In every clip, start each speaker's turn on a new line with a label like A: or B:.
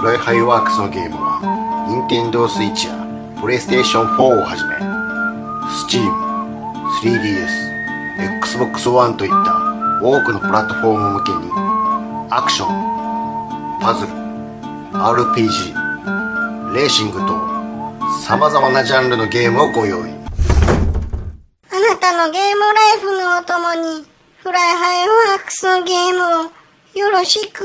A: ブライハイワークスのゲームは、任天堂 Switch や PlayStation 4をはじめ、Steam、3DS、Xbox One といった多くのプラットフォーム向けに、アクション、パズル、RPG、レーシングと、様々なジャンルのゲームをご用意。
B: あなたのゲームライフのお供に、フライハイワークスのゲームをよろしく。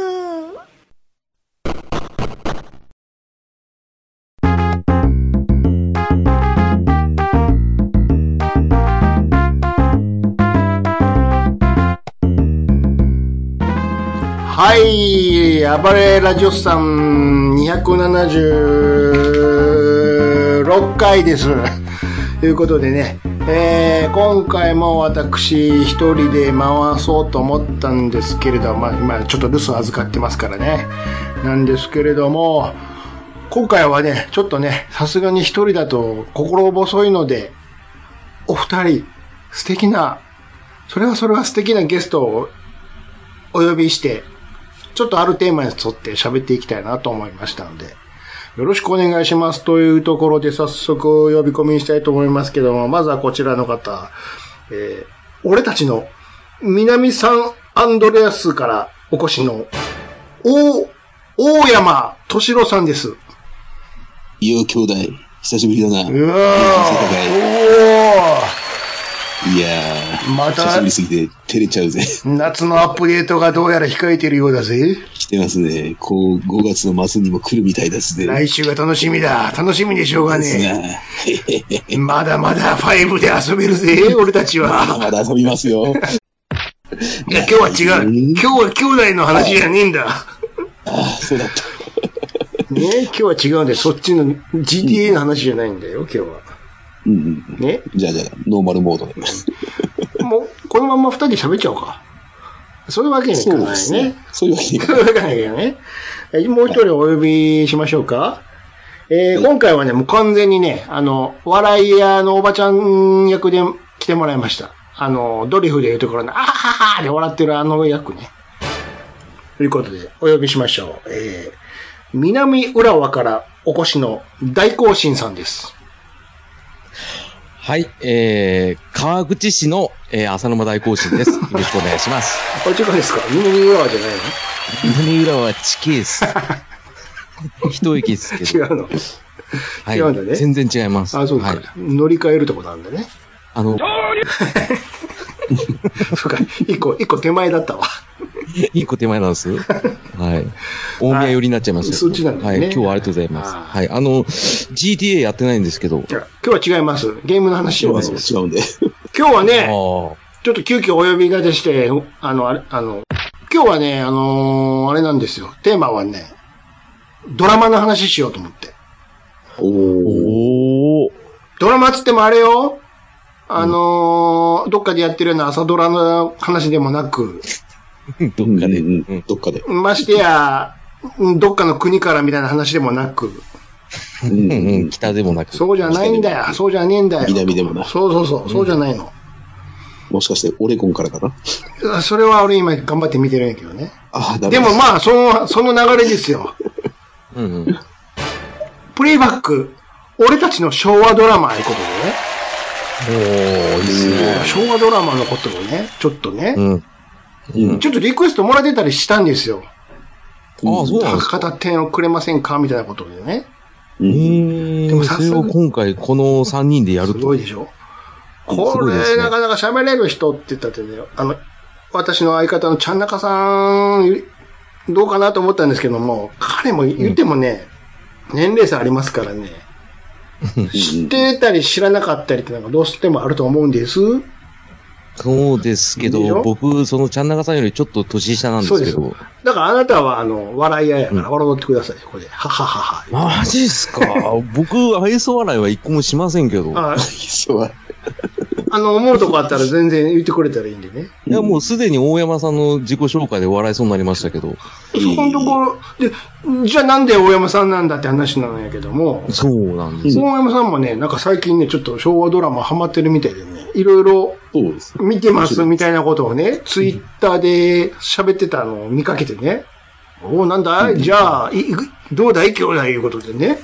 A: はい、暴れラジオスさん276回です。ということでね、えー今回も私一人で回そうと思ったんですけれども、まあ、今ちょっと留守預かってますからね。なんですけれども、今回はね、ちょっとね、さすがに一人だと心細いので、お二人、素敵な、それはそれは素敵なゲストをお呼びして、ちょっとあるテーマに沿って喋っていきたいなと思いましたので、よろしくお願いしますというところで早速呼び込みにしたいと思いますけども、まずはこちらの方、えー俺たちの南サンアンドレアスからお越しの、大、大山敏郎さんです。
C: いや、兄弟、久しぶりだな。
A: うわー
C: いやー、
A: また
C: 久しぶりすぎて照れちゃうぜ。
A: おー夏のアップデートがどうやら控えているようだぜ。
C: 来てますね。こう、5月の末にも来るみたいだすね。
A: 来週が楽しみだ。楽しみでしょうが
C: です
A: ねえ。
C: ね。
A: まだまだ5で遊べるぜ、俺たちは。
C: まだ遊びますよ。
A: いや、今日は違う。
C: うん
A: 今日は兄弟の話じゃねえんだ。
C: あそうだった。
A: ね今日は違うんだよ。そっちの GTA の話じゃないんだよ、今日は。
C: うんうん。
A: ね
C: じゃあじゃあ、ノーマルモードで。
A: もう、このまんま二人で喋っちゃおうか。そういうわけにはいか
C: そうで
A: ない
C: す
A: ね
C: ね。。そういうわけにいか
A: そ
C: な
A: ういうわけに はいかないね。えもう一人お呼びしましょうか。えー今回はね、もう完全にね、あの、笑い屋のおばちゃん役で来てもらいました。あの、ドリフでいうところの、あはははで笑ってるあの役ね。ということで、お呼びしましょう。えー、南浦和からお越しの大行進さんです。
D: はい、えー、川口市の、えー、浅沼大行進です。よろしくお願いします。
A: あ、違うんですか南浦和じゃない
D: 南浦は地形 です。一息ですけど。
A: の違うの
D: はい、
A: 違うんだね
D: 全然違います。
A: あ、そうか、
D: はい。
A: 乗り換えるとこなんだね。
D: あの、
A: そうか。一個、一個手前だったわ。
D: 一個手前なん ですよ。はい。大宮寄りになっちゃいましたけど。
A: そっちなんだね
D: はい、今日はありがとうございます。
A: あー
D: はい、あの、GTA やってないんですけど。
A: いや今日は違います。ゲームの話を。
C: い。違うんで。
A: 今日は
D: ああ
A: ね、ち
D: ー、
A: ょっと急遽お呼びが出して、あの、あれ、あの、今日はね、あのーあれなんですよ。テーマはね、ドラマの話しようと思って。
C: おー。
D: おー。
A: ドラマっつってもあれよ、あのーどっかでやってるような朝ドラの話でもなく、
D: ど
C: ど
D: っ
C: っ
D: か
C: か
D: で。
C: で、
D: うん
C: うんどっかで。
A: ましてや、うんどっかの国からみたいな話でもなく、
C: う
D: うんんうん、北でもなく。
A: そうじゃないんだよ、そうじゃねえんだよ。
C: 南でもな
A: そうそうそう、そうじゃないの。
C: もしかして、オレゴンからかな
A: あそれは俺今頑張って見てるんやけどね。
C: ああ、な
A: で
C: るほ
A: も
C: ど。
A: まあ、その、その流れですよ。
D: うんうん。
A: プレイバック、俺たちの昭和ドラマいうことでね、
D: おー、いいっすね。
A: 昭和ドラマのことをね、ちょっとね、
D: うん。うん。
A: ちょっとリクエストもらってたりしたんですよ。
D: ああ、そうなんですか
A: 博多点をくれませんかみたいなことでね。
C: うん
D: で
A: も
D: も
A: さ
D: そ
A: す
D: れ
A: が
D: を今回この3人でや
A: す
D: る
A: ご
D: と
A: い。でしょこ
D: すごいです
A: れ、
D: ね
A: なかなか喋れる人って言ったってね、あの、私の相方のちゃんなかさん、どうかなと思ったんですけども、彼も言ってもね、年齢差ありますからね、知ってたり知らなかったりってなんかどうしてもあると思うんです。
D: そうですけ
A: いいでしょ
D: ど、僕、そのちゃんなかさんよりちょっと年下なんで
A: そう
D: す
A: で
D: け
A: す
D: ど。。
A: だからあなたは、あの、笑い屋やから、笑ってください、ここで。はははは。
D: マジっすか 僕、愛想笑いは一個もしませんけど。
A: あ
C: そうは
A: あの、思うとこあったら全然言ってくれたらいいんでね。
D: いや、もうすでに大山さんの自己紹介で笑いそうになりましたけど。
A: そこのところ、で、じゃあなんで大山さんなんだって話なんやけども、
D: そうなんです。
A: 大山さんもね、なんか最近ね、ちょっと昭和ドラマハマってるみたいでね、いろいろ
C: そうです。
A: 見てますみたいなことをね、ツイッターで喋ってたのを見かけてね、おお、なんだいじゃあ、いいくどうだい兄弟いうことでね、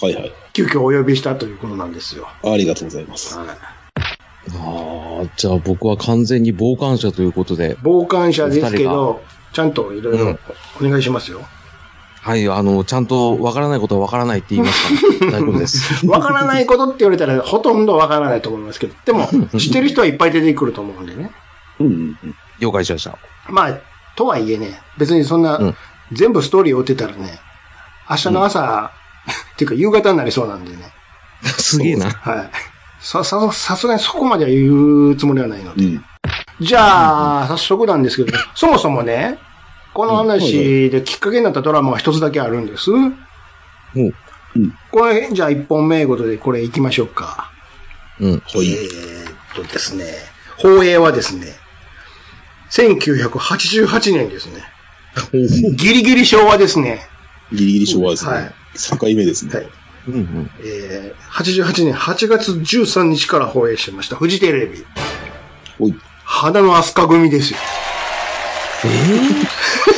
C: はいはい。
A: 急遽お呼びしたということなんですよ。
C: ありがとうございます。
A: はい
D: ああ、じゃあ僕は完全に傍観者ということで、
A: 傍観者ですけ
D: お
A: ど、ちゃんといろいうろ
D: ん
A: お願いしますよ。
D: はい、あの、ちゃんとわからないことはわからないって言い ますから、大丈夫です。
A: わからないことって言われたら、 ほとんどわからないと思いますけど、でも、 知ってる人はいっぱい出てくると思うんでね。
C: うんうんうん。
D: 了解しました。
A: まあ、とはいえね、別にそんな、
D: うん
A: 全部ストーリーを追ってたらね、明日の朝、 っていうか夕方になりそうなんでね。
D: すげえな。
A: はい。さ、さ、さすがにそこまでは言うつもりはないので。
C: うん。
A: じゃあ、早速なんですけど、そもそもね、この話できっかけになったドラマが一つだけあるんです。
D: うん。
A: これ、じゃあ一本目いうことでこれ行きましょうか。
D: うん。
C: ほい。
A: えーっとですね、放映はですね、1988年ですね。ギリギリ昭和ですね。
C: ギリギリ昭和ですね。
A: はい
C: 境目ですね。
A: はい。
D: うんうん。
A: えー、88年8月13日から放映してました。フジテレビ。
C: ほい。
A: 花の飛鳥組ですよ。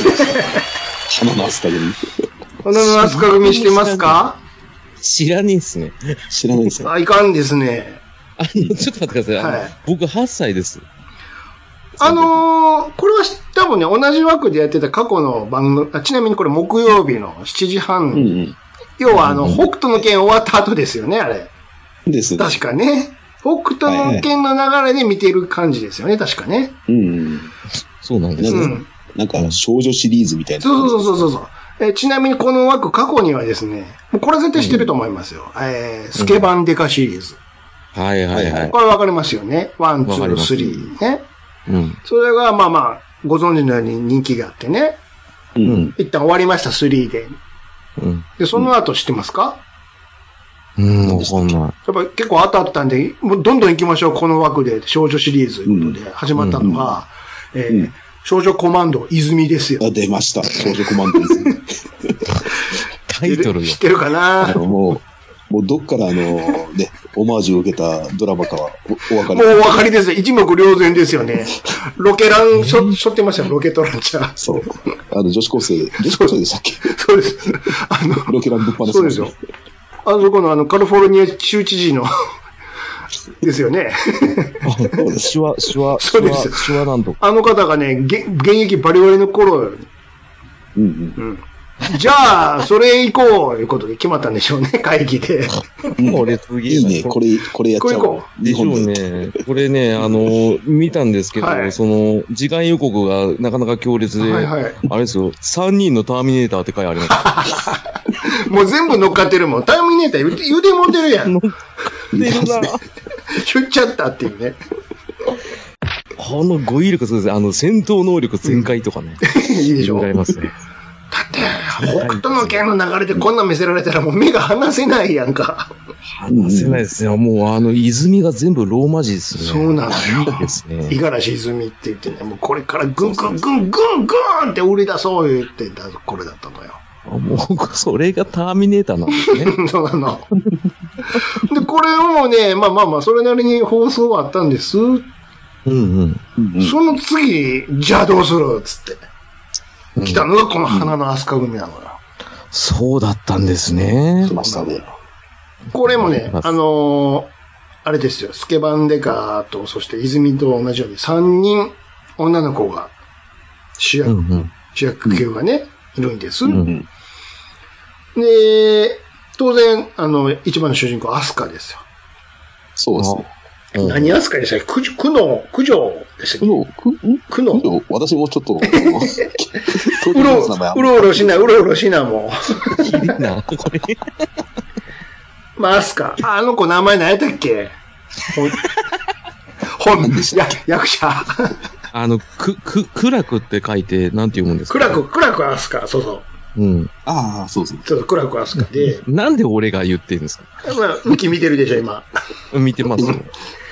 C: 花の飛鳥組。
A: 花の飛鳥組してますか
D: 知らねえっすね。
C: 知らないんですか
A: あ、いかんですね。
D: あの、ちょっと待ってください。あの
A: はい
D: 僕8歳です。
A: あのー、これは多分ね、同じ枠でやってた過去の番組、あちなみにこれ木曜日の7時半。
C: うんうん。
A: 要はあの、北斗の剣終わった後ですよね、あれ。
C: ですね。
A: 確かね。北斗の剣の流れで見てる感じですよね、確かね。
C: うんうん。
D: そうなんです
C: う
D: ね。
A: うんん。
C: なんか、少女シリーズみたいな。
A: そうそうそうそうそう。えーちなみにこの枠過去にはですね、もうこれ絶対知ってると思いますよ。えー、スケバンデカシリーズ。
D: はいはいはい。
A: これわかりますよね。ワン、ツ
D: わかり
A: ー、
D: ます
A: スリーね。
D: うん。
A: それがまあまあ、ご存知のように人気があってね。
C: うんうん。
A: 一旦終わりました、3で。
D: うん。
A: で、その後知ってますか、
D: うん、わかんない。
A: やっぱ結構当たったんで、もうどんどん行きましょう、この枠で、少女シリーズということで始まったのが、えー少女コマンド泉ですよ。
C: あ、出ました。少女コマンドですね。
D: タイトルよ
A: 知っ。てるかな
C: あのもう、もうどっからあの、ね、オマージュを受けたドラマかはおお分かり
A: もうお分かりですよ。一目瞭然ですよね。ロケラン、しょ、しょってましたよ、ロケットランチャー。
C: そう。あの、女子高生、女子高生でしたっけ
A: そうです。あの、
C: ロケランぶっ放して
A: そう
C: ま
A: で
C: し
A: す
C: た
A: よ
C: ね。。
A: あそこのあの、カリフォルニア州知事の、 ですよね。
D: あ手話、手 話、手
A: そうです
D: 話、手話なんとか。
A: あの方がね、げ現役バリバリの頃、
C: うんうん。
A: じゃあ、それ行こう、いうことで決まったんでしょうね、会議で。
D: これすげえ
C: い
D: ない
C: ね。これ、これやっちゃ
A: これ
C: お
A: こ
C: う。日
D: でしょ
C: 本
D: う
C: で。
D: ね。これね、あの、見たんですけど、
A: はい
D: その、時間予告がなかなか強烈で、
A: はいはい
D: あれですよ、3人のターミネーターって回ありました。
A: もう全部乗っかってるもん。ターミネーター言うて言うてもうてるやん。
D: 出るな
A: 言っちゃったっていうね。
D: この語彙力すごいですね。あの、戦闘能力全開とかね。
A: いいでしょ
D: あり
A: だ
D: ますね。
A: って、北斗の剣の流れでこんなん見せられたらもう目が離せないやんか。
D: 話せないですね。もう、あの、泉が全部ローマ字ですね。
A: そうなのよ
D: いいです
A: 五
D: ね。
A: 十嵐泉って言ってね、もうこれからぐんぐんぐんぐんぐんって売り出そう言ってた、これだったのよ。
D: もう、それがターミネーターなんですね。
A: そうなの。で、これをね、まあまあまあ、それなりに放送はあったんです。
D: うんうん。
A: その次、じゃあどうするっつって。来たのがこの花の飛鳥組なのよ。
D: そうだったんですね
C: 来。ましたね。
A: これもね、
D: はい
A: あのーあれですよ、スケバンデカと、そして泉と同じように3人女の子が主
D: う
A: 役、
D: んうん。
A: 主役級がね、いるんです。
D: ん
C: うん。
A: で、当然、あの、一番の主人公、アスカですよ。
C: そうですね。
D: うん
A: 何アスカでしたっけ九条、九能、九条でしたっ
C: うろ、く、ん
A: け九能。
C: うろ、私もちょっ と、あの東
A: う
C: 京
A: ろ
C: の名前あん、
A: う
C: ま
A: ろうろしな、うろうろしなも
D: いいな、これ。
A: う。まあ、アスカ。ああの子名前何やったっけ本、本、や、役者。
D: あの、く、く、苦楽って書いて、なんて読むんです
A: ク
D: か
A: ラク、クラクアスカ。そうそう。
D: うん。
C: ああ、そうですね。
A: そうそう、クラクアスカで。
D: なんで俺が言ってるんですか
A: まあ、ウキ見てるでしょ、今。
D: 見て ます。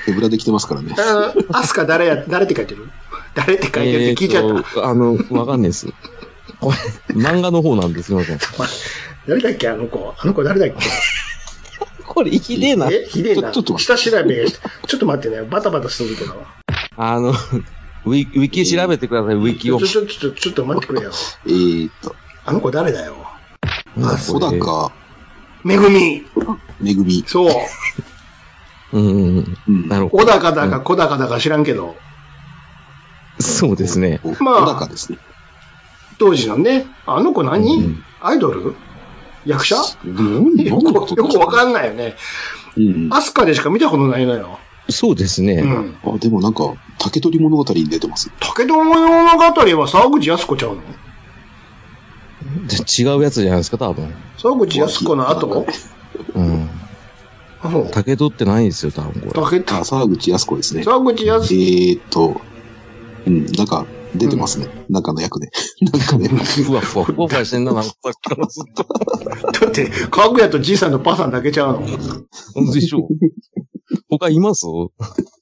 C: 手ぶらで来てますからね。
A: あの、アスカ誰や、誰って書いてる誰って書いてるって聞いちゃった。
D: えーとあの、わかんないです。これ、漫画の方なんです。すいません。
A: 誰だっけ、あの子。あの子誰だっけ。
D: これ、ひでえな。
A: え、ひでえな。
C: ちょっと
A: 下調べ。ちょっと待ってね。バタバタするけど。
D: あの、ウィウィキ調べてください、ウィキ
A: ち
D: を
A: ょ、。ちょ、ちょ、ちょっと待ってくれよ。
C: えーっと、
A: あの子誰だよ。あ、そ
C: 小高
A: めぐみ。
C: めぐみ。
A: そう。
D: うんうんうん。
C: うん
D: なるほ
A: 小高だか小高だか知らんけど、
D: ど。そうですね。
C: お小
A: まあ
C: 高ですね。
A: 当時のね、あの子何、
D: うん
A: アイドル役者
C: うん
A: よ
C: なんだ
A: くよくわか
C: ん
A: んないよね。
C: うん。
A: アスカでしか見たことないのよ。
D: そうです
A: う
D: ね。
A: ん。
C: あ、でもなんか、竹取物語に出てます。
A: 竹友物語は沢口靖子ちゃうの
D: じゃ違うやつじゃないですか、多分。
A: 沢口靖子の後
D: うん。
A: あ、そう。
D: 竹取ってないんですよ、多分これ。
A: 竹
C: あ、
A: 田、
C: 沢口靖子ですね。
A: 沢口
C: え
A: 靖
C: ーっと、うん、なんか、出てますね。なんかの役で。 なんかね。
D: ふわふわ、ふわふわしてんな、なんかさっきからずっと。
A: 子。だって、かぐやとじいさんとばあさんだけちゃうの。
D: でしょう。 他います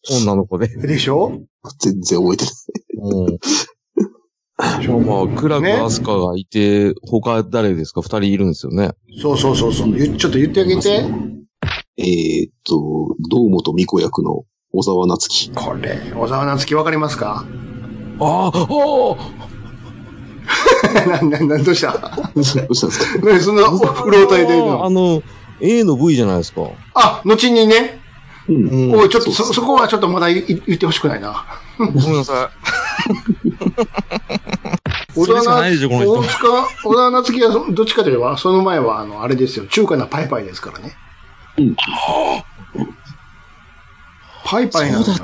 D: 女の子で。
A: でしょ
C: 全然覚えてない。
D: うん。まあ、クラク、アスカがいて、他誰ですか二人いるんですよね。
A: そうそうそうそう。ゆちょっと言ってあげて。
C: えーっと、堂本美子役の小沢夏樹。
A: これ、小沢夏樹わかりますか
D: ああ、あ
A: な、な、な、どうした
C: どうしたんですか
A: 何そんな、うろうたえてる
D: あ
A: の
D: の、A の V じゃないですか。
A: あ、後にね。
C: うん
D: うん。
A: おい、ちょっと、そ、そこはちょっとまだい言ってほしくないな。
D: ごめんなさ
A: 小
D: それしかないでしょこの人
A: 大塚、小沢夏樹は、どっちかといえば、その前は、あの、あれですよ、中華なパイパイですからね。
C: うん
A: パイパイなんだな。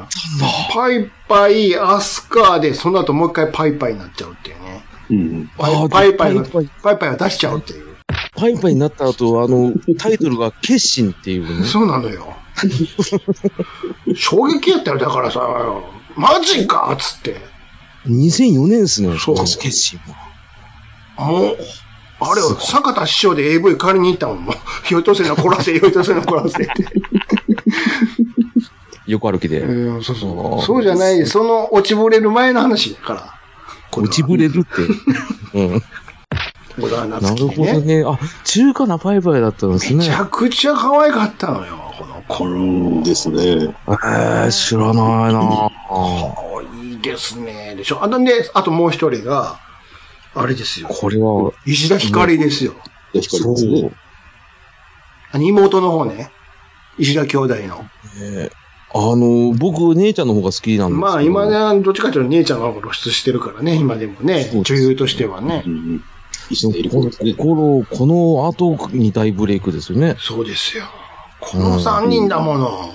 A: パイパイ、アスカーで、その後もう一回パイパイになっちゃうっていうね。
C: うん。
D: あー
A: パイパイの、
D: でパイ
A: パイパイは出しちゃうっていう。
D: い。パイパイになった後、あの、タイトルが決心っていうね。
A: そうなの よ。衝撃やったよ、だからさ、マジかっつって。
D: 2004年ですね。
A: そう
D: 決心
A: もう、あれよ、坂田師匠で AV 借りに行ったもん、もう。ひょいとせな凝らせ、ひょいとせな凝らせって。
D: 横歩きで。
A: うん、そう
D: そ
A: そうう。そうじゃない、その落ちぶれる前の話だから。
D: 落ちぶれ るって。うん。
A: 小沢
D: な
A: 夏
D: る
A: 樹
D: ほど
A: ね。
D: ね。あ、中華なパイパイだったんです
A: め
D: ね
A: ち。ゃくちゃ可愛かったのよ、この
C: う
A: 頃。
C: んですね。
D: えー、知らないなぁ
A: いいですね、でしょ。あとね、あともう一人が、あれですよ。
D: これは、
A: 石田ひかりですよ。
C: いや、光です
D: そ
C: ね。
A: あの妹の方ね。石田兄弟の。
D: えーあの、僕、姉ちゃんの方が好きなんですけど
A: まあ今ね、どっちかというと姉ちゃんの方が露出してるからね、今でもね
D: そうです。
A: 女優としてはね
C: う。ん。石田ゆり子ですね。
D: この、この後に大ブレイクですよね。
A: そうですよ。この三人だもの。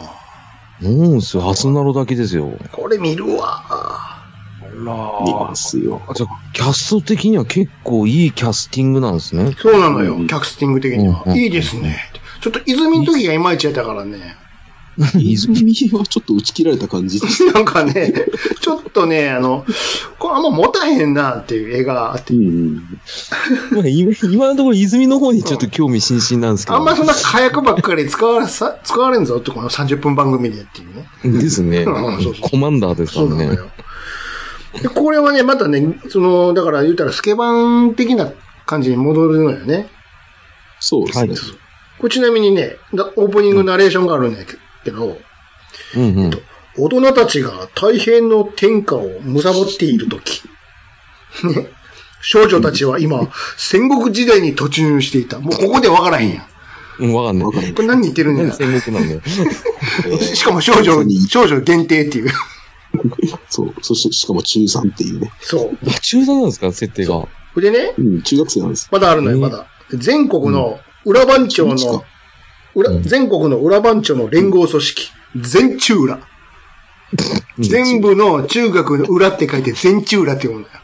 D: うんですよ。初なろだけですよ。
A: これ見るわ。
C: 見ますよ。
D: じゃあキャスト的には結構いいキャスティングなんですね。
A: そうなの
C: うん
A: よ、キャスティング的には
D: う。ん
A: いいですね。ちょっと泉の時がいまいちやったからね。
C: 泉はちょっと打ち切られた感じです。
A: なんかね、ちょっとね、あの、これあんま持たへんなっていう映画あって
C: う。ん。
D: まあ今今のところ泉の方にちょっと興味津々なんですけど。
A: あんまそんな火薬ばっかり使われ、さ 使われんぞって、この30分番組でっていうね。
D: ですね。
A: うんそうそう
D: コマンダーですか
A: そう
D: ら
A: なの
D: ね。
A: よ。で、これはね、またね、その、だから言うたらスケバン的な感じに戻るのよね。
C: そうですね。
A: これちなみにね、だオープニングナレーションがあるんだけど、
D: うんうん。
A: 大人たちが大変の天下を貪っているとき、ね少女たちは今、戦国時代に突入していた。もうここでわからへんやん。
D: うん、わかんない
C: わ。かる。
A: これ何言ってるんだ
D: 何
A: よ。
D: 戦国なんだよ。
A: しかも少女、少女限定っていう。
C: そう。そして、しかも中3っていうね。
A: そう。
D: あ中3なんですか設定が。
A: それでね、
C: うん、中学生なんです。
A: まだあるのよ、
D: うん
A: まだ。全国の裏番長
C: そっ
A: の
C: か、
A: 裏、全国の裏番長の連合組織、全中裏。全部の中学の裏って書いて全中裏って読むんだよ。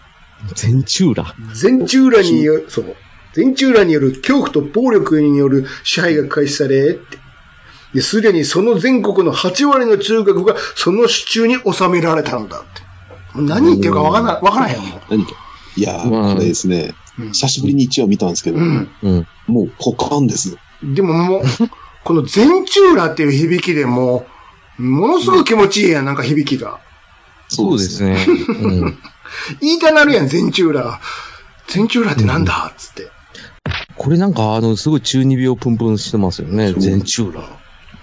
D: 全中ら。
A: 全中裏による、そう。全中裏による恐怖と暴力による支配が開始され、ってですでにその全国の8割の中学がその手中に収められたのだって。何言ってるかわからな、わからへんもん。
C: 何か。いやー、
D: まあ
C: あれですね。
A: うん
C: 久しぶりに1話見たんですけど、
A: うん。
D: うん。
C: もうポカンですよ。
A: でももう、この全中裏っていう響きでもう、ものすごく気持ちいいやん、なんか響きが。
D: そうです
C: ね。
D: ね。うん
A: 言いたなるやん、全中裏。全中裏ってなんだっつって。
D: これなんか、あの、すごい中二病プンプンしてますよね。
C: そう
D: 全中乱。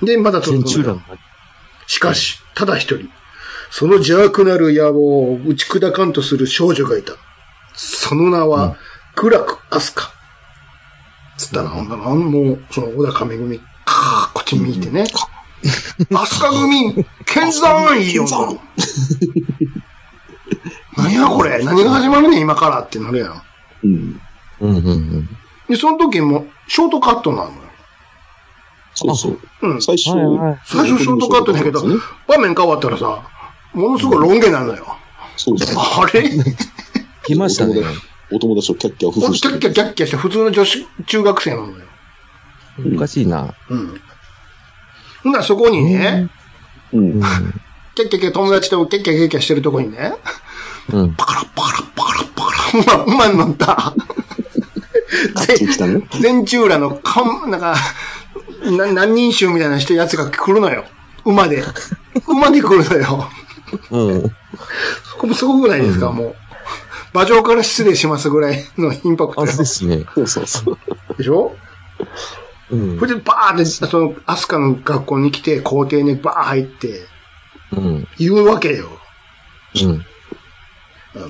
A: で、まだ
D: 全
A: 続
D: 中
A: く。
D: 乱。
A: しかし、ただ一人、その邪悪なる野望を打ち砕かんとする少女がいた。その名は、クラク・アスカ。つったら、ほんなら、あんもう、その小高め組、かーこっち見てね。アスカ組、剣山いいよな。何やこれ何が始まるねん今からってなるやん。
C: うん。
D: うんうんうん。
A: で、その時も、ショートカットなのよ。
C: そうそう。
A: うん。
C: 最初、
D: はいはい
A: 最初ショートカットだけど
C: そう、
A: 場面変わったらさ、ものすごいロン毛なのよ。
C: そうそう。
A: あれ
D: 来ましたね。
C: お友達とキャッキャ夫
A: ほん
C: 婦
A: とキ
C: し
A: ャ
C: て
A: ッキャ
C: る。
A: キャッキャして普通の女子、中学生なのよ。
D: おかしいな。
A: うん。ほんならそこにね、
C: うん。
A: キャッキャキャ友達とキャッキャキャッキャしてるとこにね、
D: うん。
A: パカラパカラパカラパカラ、うま、うまに乗った。
C: そう来たね。
A: 全中裏のかん、なんか、な何人衆みたいな人やつが来るのよ。馬で。馬で来るのよ。
D: うん。
A: そこもすごくないですか、もう。馬上から失礼しますぐらいのインパクト
D: あ、
A: よ
D: そうですね。
C: そうそうそう。
A: でしょ
D: うん
A: そ。れでバーって、その、アスカの学校に来て、校庭にバー入って、
D: うん。
A: 言うわけよ。
D: うん。
A: あの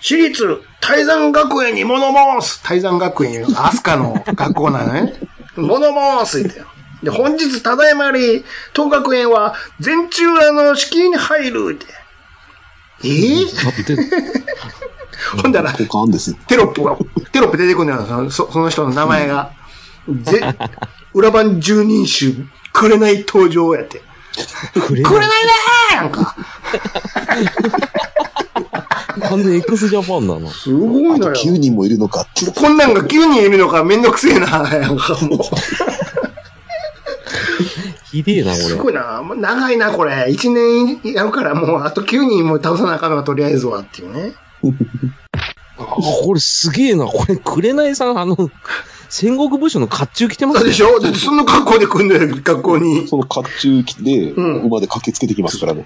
A: 私立、泰山学園に物申 す泰山学園、アスカの学校なのね。物申すんだよ。で、本日、ただいまより、当学園は、全中裏の敷居に入るって。えー
D: 勝手。
A: ほんだら、
C: 股間ですよ。
A: テロップが、テロップ出てくるんだよ、そのそその人の名前が。ぜ、 裏番十人衆、くれない登場やって。
D: くれ
A: くれないねーなんか。
D: 完全 x ジャパンなの。
A: すごいの
C: あと
A: よ。
C: 9人もいるのかって。
A: こんなんが9人いるのかめんどくせえな、なんかもう。
D: ひでえな、
A: す
D: 俺。
A: ごいな。もう長いな、これ。1年やるから、もうあと9人も倒さなあかんのがとりあえずはっていうね。
D: あこれすげえな。これ、くれないさん、あの、戦国武将の甲冑着てま
A: だ
D: す
A: で
D: ね。
A: しょだってその格好で来んだよ、学校に。
C: その甲冑着て、
A: うん
C: 馬で駆けつけてきますからね。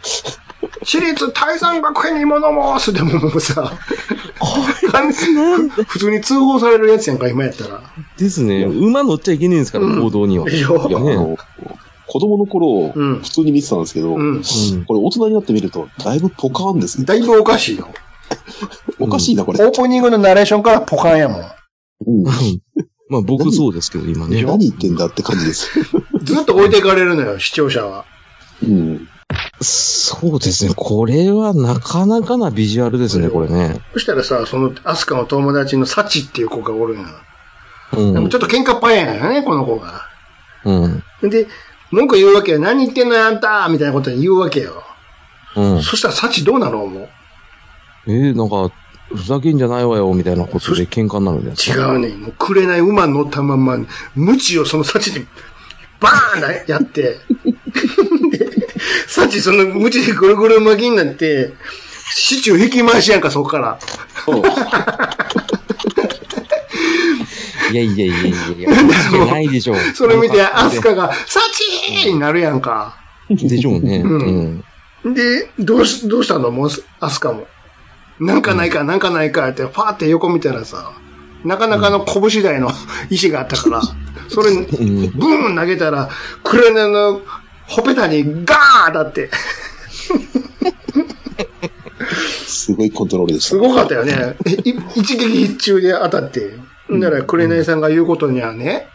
A: 私立泰山学園に物申すでももうさ、 普通に通報されるやつやんか、今やったら。
D: ですね。馬乗っちゃいけねえんですから、行動には。
A: でしょ
C: いや、あの、子供の頃、
A: うん
C: 普通に見てたんですけど、
A: うん。
D: うん
C: これ大人になってみると、だいぶポカーンですね。
A: だいぶおかしいよ。
C: おかしいな、こ
A: オ
C: れ。
A: ープニングのナレーションからポカンやもん。
C: うん。
D: まあ僕そうですけど、今ね。
C: 何言ってんだって感じです。
A: ずっと置いていかれるのよ、視聴者は。
C: うん。
D: そうですね。これはなかなかなビジュアルですね、これね。
A: そしたらさ、その、アスカの友達のサチっていう子がおるんや。
D: うん
A: でもちょっと喧嘩っ早いんやね、この子が。
D: うん。
A: で、文句言うわけよ。何言ってんのよ、あんたみたいなこと言うわけよ。
D: うん。
A: そしたらサチどうなのもう。
D: えー、なんか、ふざけんじゃないわよ、みたいなことで喧嘩になるんじゃないです
A: 違
D: か。
A: うね。もう、くれない馬乗ったまんま、無知をそのサチに、バーンだやって。 でサチその無知でぐるぐる巻きになって、シチュー引き回しやんか、そこから。
D: いやいやいやいやいや、ないでしょう。
A: それ見て、アスカが、サチーになるやんか。
D: でしょうね。
A: うん
D: うん。
A: で、どうし、どうしたのもう、アスカも。なんかないか、なんかないかって、ファーって横見たらさ、なかなかの拳台の 石があったから、それ、ブ
D: ん
A: ーン投げたら、クレナのほぺたにガーだって、
C: すごいコントロールでし
A: す
C: た。
A: ごかったよね。 えい一撃必中で当たって。なら、クレナさんが言うことにはね、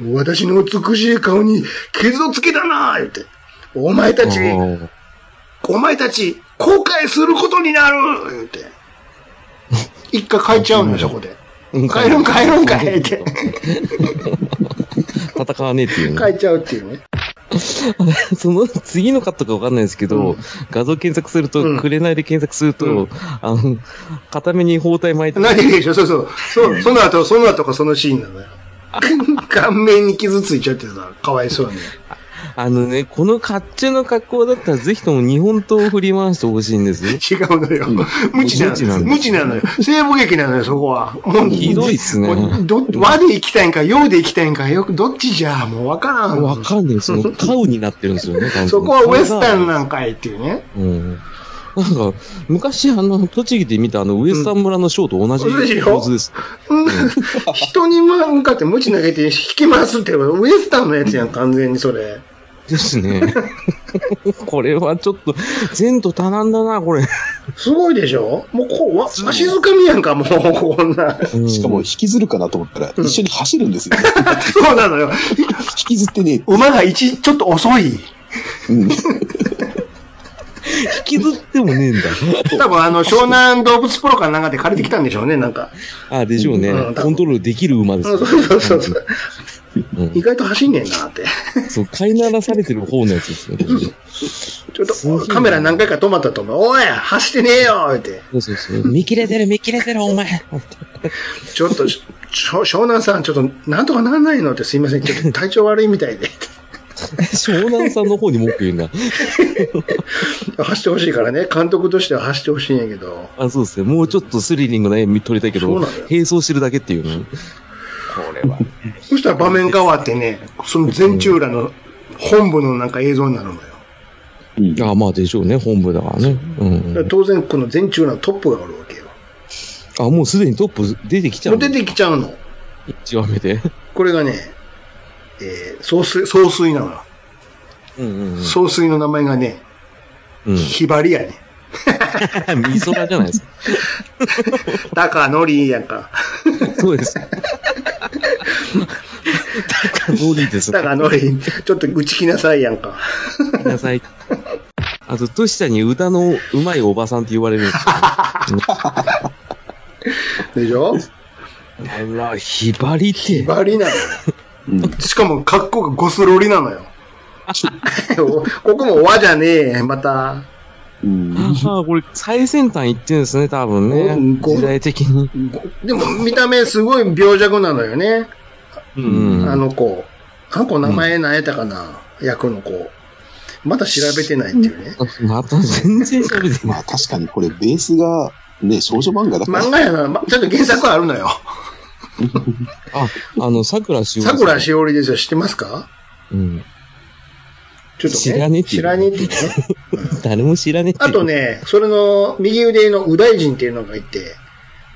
D: うん
A: 私の美しい顔に傷をつけたなーって。お前たち、お前たち、後悔することになる言う て。一回帰っちゃうのよ、そこで。
D: うん
A: 帰るん帰るんかいって。
D: 戦わねえっていうね。
A: 帰っちゃうっていうね。
D: その次のカットかわかんないですけど、
A: うん
D: 画像検索すると、
A: うん
D: くれないで検索すると、
A: うん
D: あの、片目に包帯巻いて、
A: 何でしょ、そうそう。そう、その後、その後がそのシーンなのよ。顔面に傷ついちゃってさ、かわいそうに。
D: あのね、この甲冑の格好だったら、ぜひとも日本刀を振り回してほしいんですよ。
A: 違うのよ。無知な
D: 無知
A: の
D: な
A: よ。
D: んだ
A: 無知なのよ。西部劇なのよ、そこは。もう
D: ひどいっすね
A: もうど、和で行きたいんか、洋で行きたいんか、よく、どっちじゃ、もうわからん。
D: わ かんない。その、タウになってるんですよね、完全に
A: そこはウエスタンなんかいっていうね。
D: うん。なんか、昔、あの、栃木で見たあの、ウエスタン村のショーと同じ
A: うんそうですよ
D: 構図です。
A: 人に向かって無知投げて引きますって、ウエスタンのやつやん、完全にそれ。
D: ですね。 これはちょっと、前途多難だな、これ。
A: すごいでしょもうこう、わ、わしづかみやんか、もう、こんな。
C: しかも引きずるかなと思ったら、一緒に走るんですよ。
A: そうなのよ。
C: 引きずってね、
A: 馬が一、ちょっと遅い。
C: うん、
D: 引きずってもねえんだ。
A: 多分あの、湘南動物プロかなんかで借りてきたんでしょうね、なんか。
D: あ、でしょうね。
A: うん
D: コントロールできる馬で
A: そう
D: す。
A: そうそうそう。
D: うん
A: 意外と走んねんなって。
D: そう、飼いならされてる方のやつですね。これね
A: ちょっと、カメラ何回か止まったと思う。おい走ってねえよって。
D: そうそうそう。見切れてる、見切れてる、 お前。
A: ちょっと、しょ湘南さん、ちょっと、なんとかならないのってすいません。ちょっと体調悪いみたいで。
D: 湘南さんの方に文句言うな。
A: 走ってほしいからね。監督としては走ってほしいんやけど。
D: あ、そうですね。もうちょっとスリリングな絵見撮りたいけど
A: そうなんだよ、
D: 並走してるだけっていうね。
A: そしたら場面変わってね、その全中裏の本部のなんか映像になるのよ。
D: あまあでしょうね。本部だからね。うん
A: だから
D: うん。
A: 当然、この全中裏のトップがおるわけよ。
D: あ、もうすでにトップ出てきちゃ
A: も
D: う
A: う
D: の。
A: 出てきちゃうの。
D: 一話目で。
A: これがね、えー、総帥、総帥なのよ。
D: うんうん
A: 総帥の名前がね、
D: うん。
A: ひばりやね。
D: みそらじゃないですか。
A: 高のりやんか。
D: そうです。高ノリで す。
A: 高のり、ちょっと打ちきなさいやんか。
D: ごめんなさい。あと、トシちゃんに歌のうまいおばさんって言われるんですよ。
A: でしょ
D: あら、ひばりて
A: ひ。ばりなのよ。しかも、格好がゴスロリなの よ。ここも和じゃねえ、また。
C: うん、
D: ああ、これ最先端行ってるんですね、多分
A: うん
D: ね。
A: こう
D: 時代的に。
A: でも、見た目すごい病弱なのよね。
D: うん。
A: あの子。あの子名前何やったかな、役の子。まだ調べてないっていうね。
D: また全然喋ってない。
C: まあ確かにこれベースが、ね、少女漫画だから。
A: 漫画やな、まちゃんと原作あるのよ。
D: あ、あの、桜しおりさん。
A: 桜しおりですよ、知ってますか
D: うん。
A: ちょっとね。
D: 知らねえっていう
A: 知らねえっていうね。
D: 誰も知らねえってい
A: あ
D: う
A: と。ね、それの右腕の右大臣っていうのがいて、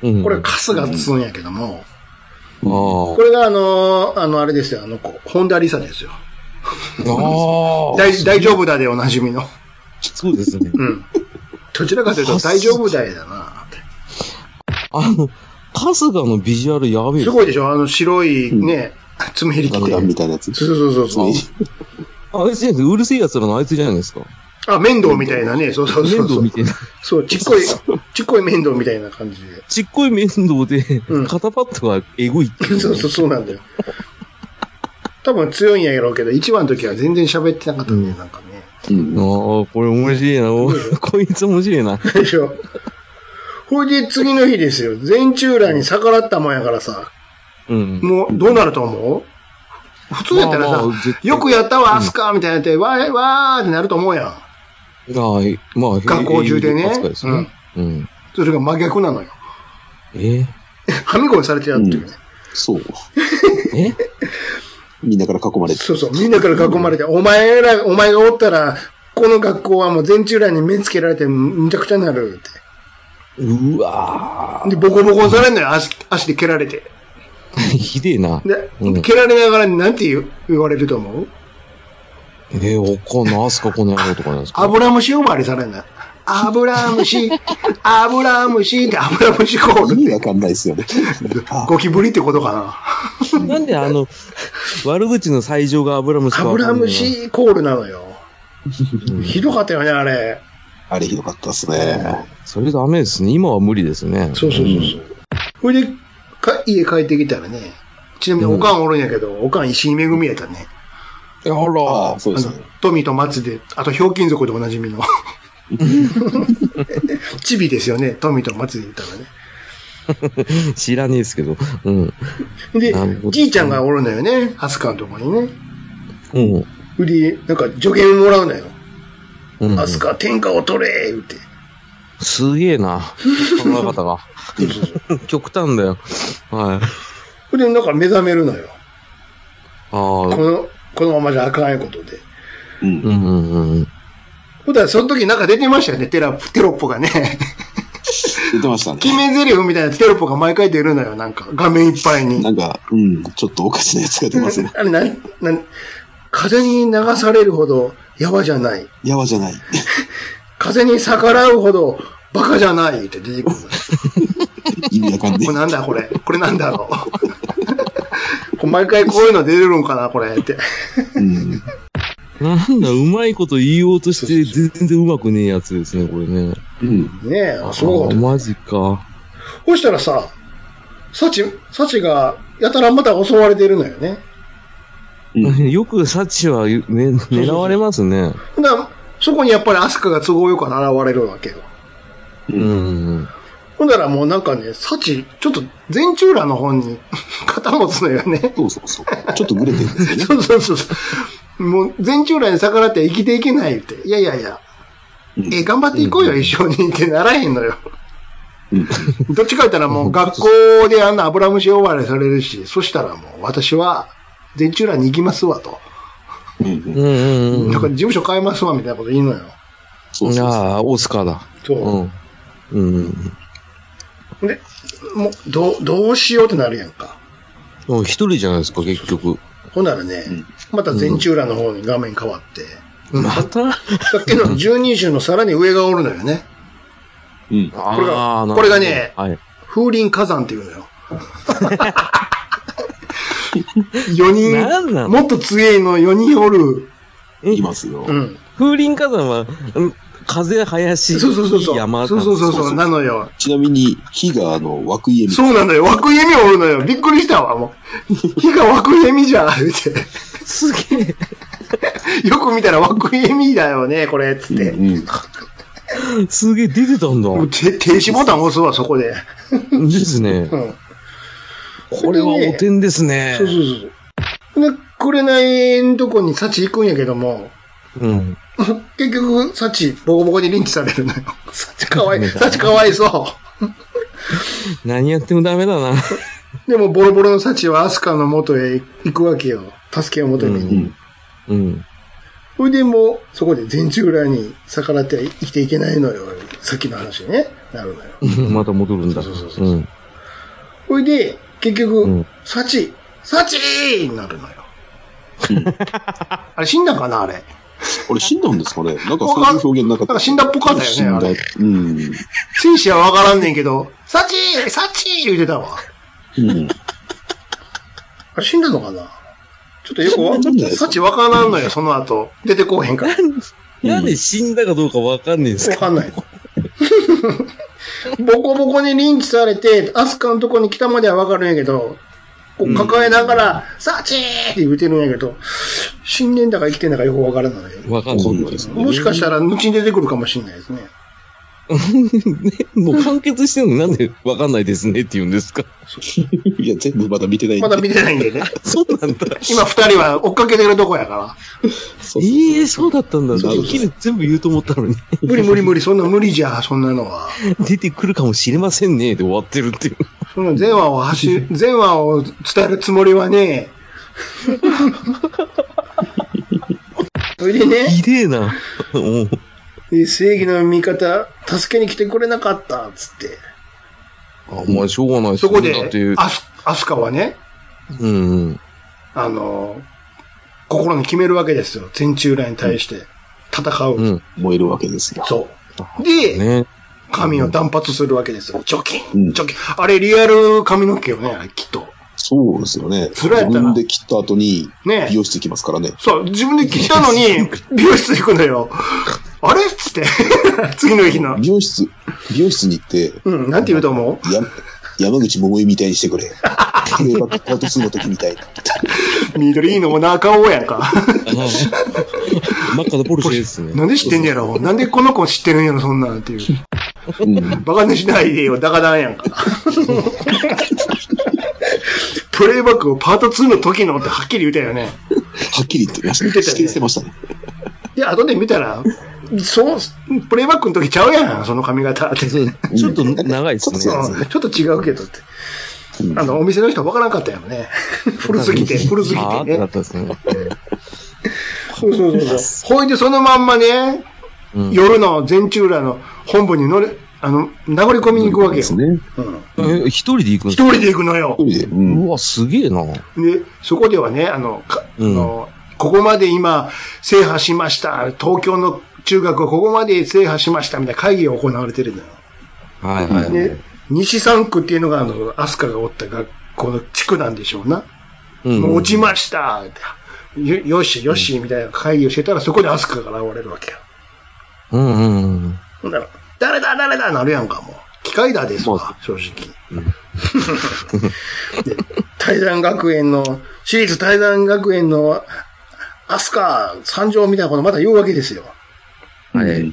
D: うん。
A: これ、春日つんやけども、
D: あ
A: これがあのー、あの、あれですよ、あの子、本田理沙ですよ。
D: あ。ああ。
A: 大大丈夫だでおなじみの。
D: そうですね。
A: うん。どちらかというと大丈夫だいだなって。
D: あの、春日のビジュアルやべえ
A: す
D: よ。
A: ごいでしょあの白いね、爪切り着
C: 爆
A: て。
C: 弾みたいなやつ。
A: そうそうそうそう。
D: あれじゃないですかうるせえ奴らのあいつじゃないですか。
A: あ、面倒みたいなね、そうそうそ
D: 面
A: うそ
D: 倒
A: う
D: 見。てない。
A: そう、ちっこい、ちっこい面倒みたいな感じで。
D: ちっこい面倒で
A: うん、
D: 肩パッドがエグいっていう。
A: そうそう、そうなんだよ。多分強いんやろうけど、一番の時は全然喋ってなかったね、なんかね。
C: うん
D: ああ、これ面白いな。こいつ面白いな。
A: でしょ。ほいで次の日ですよ。全中らに逆らったもんやからさ。
D: うん。
A: もうどうなると思う普通やったらさ、
D: まあまあ絶対
A: よくやったわ、アスカみたいになって、わー、わーってなると思うやん。
D: はい。まあ、
A: 学校中でね
D: 英語扱いすねうん。
A: それが真逆なのよ。
D: え
A: はみ込みされてやってるね。
C: そう。
D: え
C: みんなから囲まれて。
A: そうそう、みんなから囲まれて、お前ら、お前がおったら、この学校はもう全中らに目つけられて、むちゃくちゃになるって。
D: うわ
A: で、ボコボコにされんのよ、足、足で蹴られて。
D: ぁ。ひでえな。
A: で、
D: うん
A: 蹴られながらになんて言う言われると思う
D: え、わかんない。アスカこの野郎とかなんですか
A: 油虫呼ばわりされんのよ。油虫、油虫って油虫コール
C: 意味わかんないですよね。 あ
A: ゴキブリってことかな。
D: なんであの、悪口の最上が油虫かわかん
A: 油
D: ないな。
A: 虫コールなのよ。ひどかったよね、あれ。
C: あれひどかったですね。
D: それダメですね。今は無理ですね。
A: そうそうそうそう。ほいで、か家帰ってきたらね、ちなみにおかんおるんやけど、おかん石井めぐみやったね。
D: あ
C: ああ、
D: ら。
C: そう
A: あ
C: です
A: の
C: ね。、
A: トミーと松で、あと、ひょうきん族でおなじみ の。チビですよね、トミーと松で言ったらね。
D: 知らねえですけど。うん。なるほ
A: で、
D: ど
A: じいちゃんがおるのよね、アスカのとこにね。
D: うん。
A: ほいで、なんか助言もらうのよ。
D: うん。
A: アスカ、天下を取れ言うて。
D: すげえな。考え方が。 極端だよ。はい。
A: ほいで、なんか目覚めるのよ。
D: ああ
A: こ。の、このままじゃあかんいうことで。
C: うん
D: う。んうんうん。
A: ほんだら、その時なんか出てましたよね、テラ、テロップがね。
C: 言ってましたね。
A: 決め台詞みたいなテロップが毎回出るのよ、なんか。画面いっぱいに。
C: なんか、うん、ちょっとおかしなやつが出 ますね。
A: あれ、な、な、風に流されるほど、やばじゃない。
C: やわじゃない。
A: 風に逆らうほど、バカじゃないって出てく る。
C: 意味わかんね
A: これなんだこれ。これなんだろう。 これ毎回こういうの出れるんかなこれって。
C: え。うん。
D: なんだ、うまいこと言おうとして、全然うまくねえやつですね、これね。
C: うん。
A: ねえ、あ、そう
D: あ。マジか。
A: そしたらさ、サチ、サチが、やたらまた襲われてるのよね。
C: うん。
D: よくサチは、ね、狙われますね。
A: だからそこにやっぱりアスカが都合よく現れるわけよ。
D: うん。
A: ほんだらもうなんかね、サチ、ちょっと前中裏の方に 肩持つのよね。
C: そうそうそう。ちょっとグレてるんですよね。
A: そうそうそうそう。もう前中裏に逆らって生きていけないって。いやいやいや。
C: うん
A: え、頑張っていこうよ、一緒にってならへんのよ。
C: うん。
A: どっちか言ったらもう学校であんな油虫呼ばれされるし、そしたらもう私は全中らに行きますわと。
C: うん。
D: うんうん
A: だ
D: う
A: か
D: ん。
A: ら事務所変えますわみたいなこと言うのよ。
C: そうそうそう。
D: ああ、オスカーだ。
A: そう。
D: うん。うん。
A: で、もう、どう、どうしようってなるやんか。
D: もう一人じゃないですか、結局。
A: ほんならね、また全中らの方に画面変わって、
D: また
A: さっきの12種のさらに上がおるのよね。
C: うん。
D: ああ、なるほど
A: これがね
D: はい。
A: 風林火山っていうの よ。4
D: なんな
A: 人、
D: の
A: もっと強いの4人おる。
D: え
C: いますよ
A: う。ん。
D: 風林火山は、うん風、林、
A: そうそうそうそう。
D: 山
A: そうそうそうそう。なのよ。
C: ちなみに、火があの、湧く家みたい
A: そうなんだよ。枠意味おるのよ。びっくりしたわ、もう。火が枠意味じゃん、言うて。
D: すげえ。
A: よく見たら枠意味だよね、これ、つって。
C: な。うん。
D: すげえ出てたんだ。
A: て停止ボタン押すわ、そこで。
D: ですね
A: う。ん。
D: これはおてんですね
A: そ。うそうそう。で、くれないんとこに幸行くんやけども、
D: うん。
A: 結局、幸、ボコボコにリンチされるのよ。幸か わい、幸かわいそ
D: 何やってもダメだ な。
A: う。でも、ボロボロの幸はアスカの元へ行くわけよ。助けを求め
D: う
A: に。
C: うん。
D: うん。
A: それでもう、そこで全中裏に逆らっては生きていけないのよ。さっきの話ね。なるのよ。
D: また戻るんだ。
A: そうそうそうそ
D: ん
A: ほいで、結
D: う
A: 局
D: ん、
A: サチ、サチーになるのよ。 あれ死んだんかなあれ。
C: あれ死んだんですかねなんかそういう表現なかっ
A: なんか
C: た。
A: 死んだっぽかった
C: 死ん
A: よ
C: だ
A: ね、あれ。
C: うん。
A: 戦士はわからんねんけど、サチーサチー言うてたわ。
C: うん。
A: あれ死んだのかなちょっとよくわ
C: 死んだんじゃないですか
A: サチわからんのよ、その後。出てこうへん から。
D: なんで死んだかどうかわかんないんです
A: わ
D: か
A: かんない。 ボコボコにリンチされて、アスカのとこに来たまではわかるんやけど、こう抱えながら、サチーって言うてるんやけど、死んでんだか生きてんだかよくわからんのよ。
D: わかん
C: 今
D: な
C: 度
D: い
C: で。すね。
A: もしかしたら、後に出てくるかもしれないですね。
D: もう完結してるのになんでわかんないですねって言うんですか
C: いや、全部まだ見てないんで。
A: まだ見てないんで ね。
D: そうなんだ。
A: 今二人は追っかけてるとこやか
C: そうそう
D: ええ、そうだったんだ。
C: そうそう
D: 一気に全部言うと思ったの に。
A: ら。無理無理無理、そんな無理じゃ、そんなのは。
D: 出てくるかもしれませんねで終わってる っていう。
A: その前話を走る、前話を伝えるつもりはね。 それでね、
D: 綺麗な。うん
A: で正義の味方、助けに来てくれなかった、つって。
D: あ、まあ、しょうがないす
A: そこで
D: だって、、
A: アス、アスカはね、
D: うんうん。
A: あの、心に決めるわけですよ。全中来に対して。戦う。
D: うん。
C: 燃えるわけですよ。
A: そう。で、
D: ね。
A: 髪を断髪するわけですよ。チョキ
C: う
A: ン、
C: ん
A: チョキン。あれ、リアル髪の毛よね、あれきっと。
C: そうですよね。
A: それやった
C: 自
A: ら
C: 分で切った後に、
A: ね
C: 美容室行きますからね。
A: そう、自分で切ったのに、美容室行くのよ。あれっつって。 次の日の。
C: 美容室、美容室に行って、
A: うん、なんて言うと思う
C: や、山口百恵みたいにしてくれ。プレイバックパート2の時みたいな。
A: 緑いいのも中尾やんか。
D: 真っ赤なポルシェですね。
A: なんで知ってんねやろなんでこの子知ってるんやろそんなんっていう。
C: うん。
A: バカにしないでよ、ダカダンやんか。 プレイバックをパート2の時のってはっきり言うたよね。
C: はっきり言ってました。
A: 言ってたよね
C: 指定してましたね。
A: で、後で見たら、そう、プレイバックの時ちゃうやん、その髪型って。
D: そうちょっと長いですね。
C: ちょっと
A: うんちょっと違うけどって。
C: うん
A: あの、お店の人分からんかったよね。古すぎて、古すぎ
D: あー
A: て
D: ってな
A: ね
D: っ。たんですね。
A: そうそうそうそう。ほいで、そのまんまね、
D: うん
A: 夜の全中裏の本部に乗れ、あの、殴り込みに行くわけよ
C: で。すね。
A: うん
D: え、一人で行くんです
A: 一人で行くのよ。
C: 一人で。う
D: か
C: ん。
D: うわ、すげえな。
A: で、そこではね、あの、かあ
D: うん
A: のここまで今、制覇しました。東京の中学はここまで制覇しました。みたいな会議が行われてるんだよ。
D: はいはいはい。
A: で、西三区っていうのが、あの、アスカがおった学校の地区なんでしょうな。
D: うん
A: もう落ちましたよよしよし、みたいな会議をしてたら、そこでアスカが現れるわけよ。
D: うんうんうん。
A: ほんだら、誰だ誰だなるやんか、もう。機械だです
D: そ
A: わ、正直。 で、対山学園の、私立対山学園の、アスカ参上みたいなことまた言うわけですよ。
D: はい。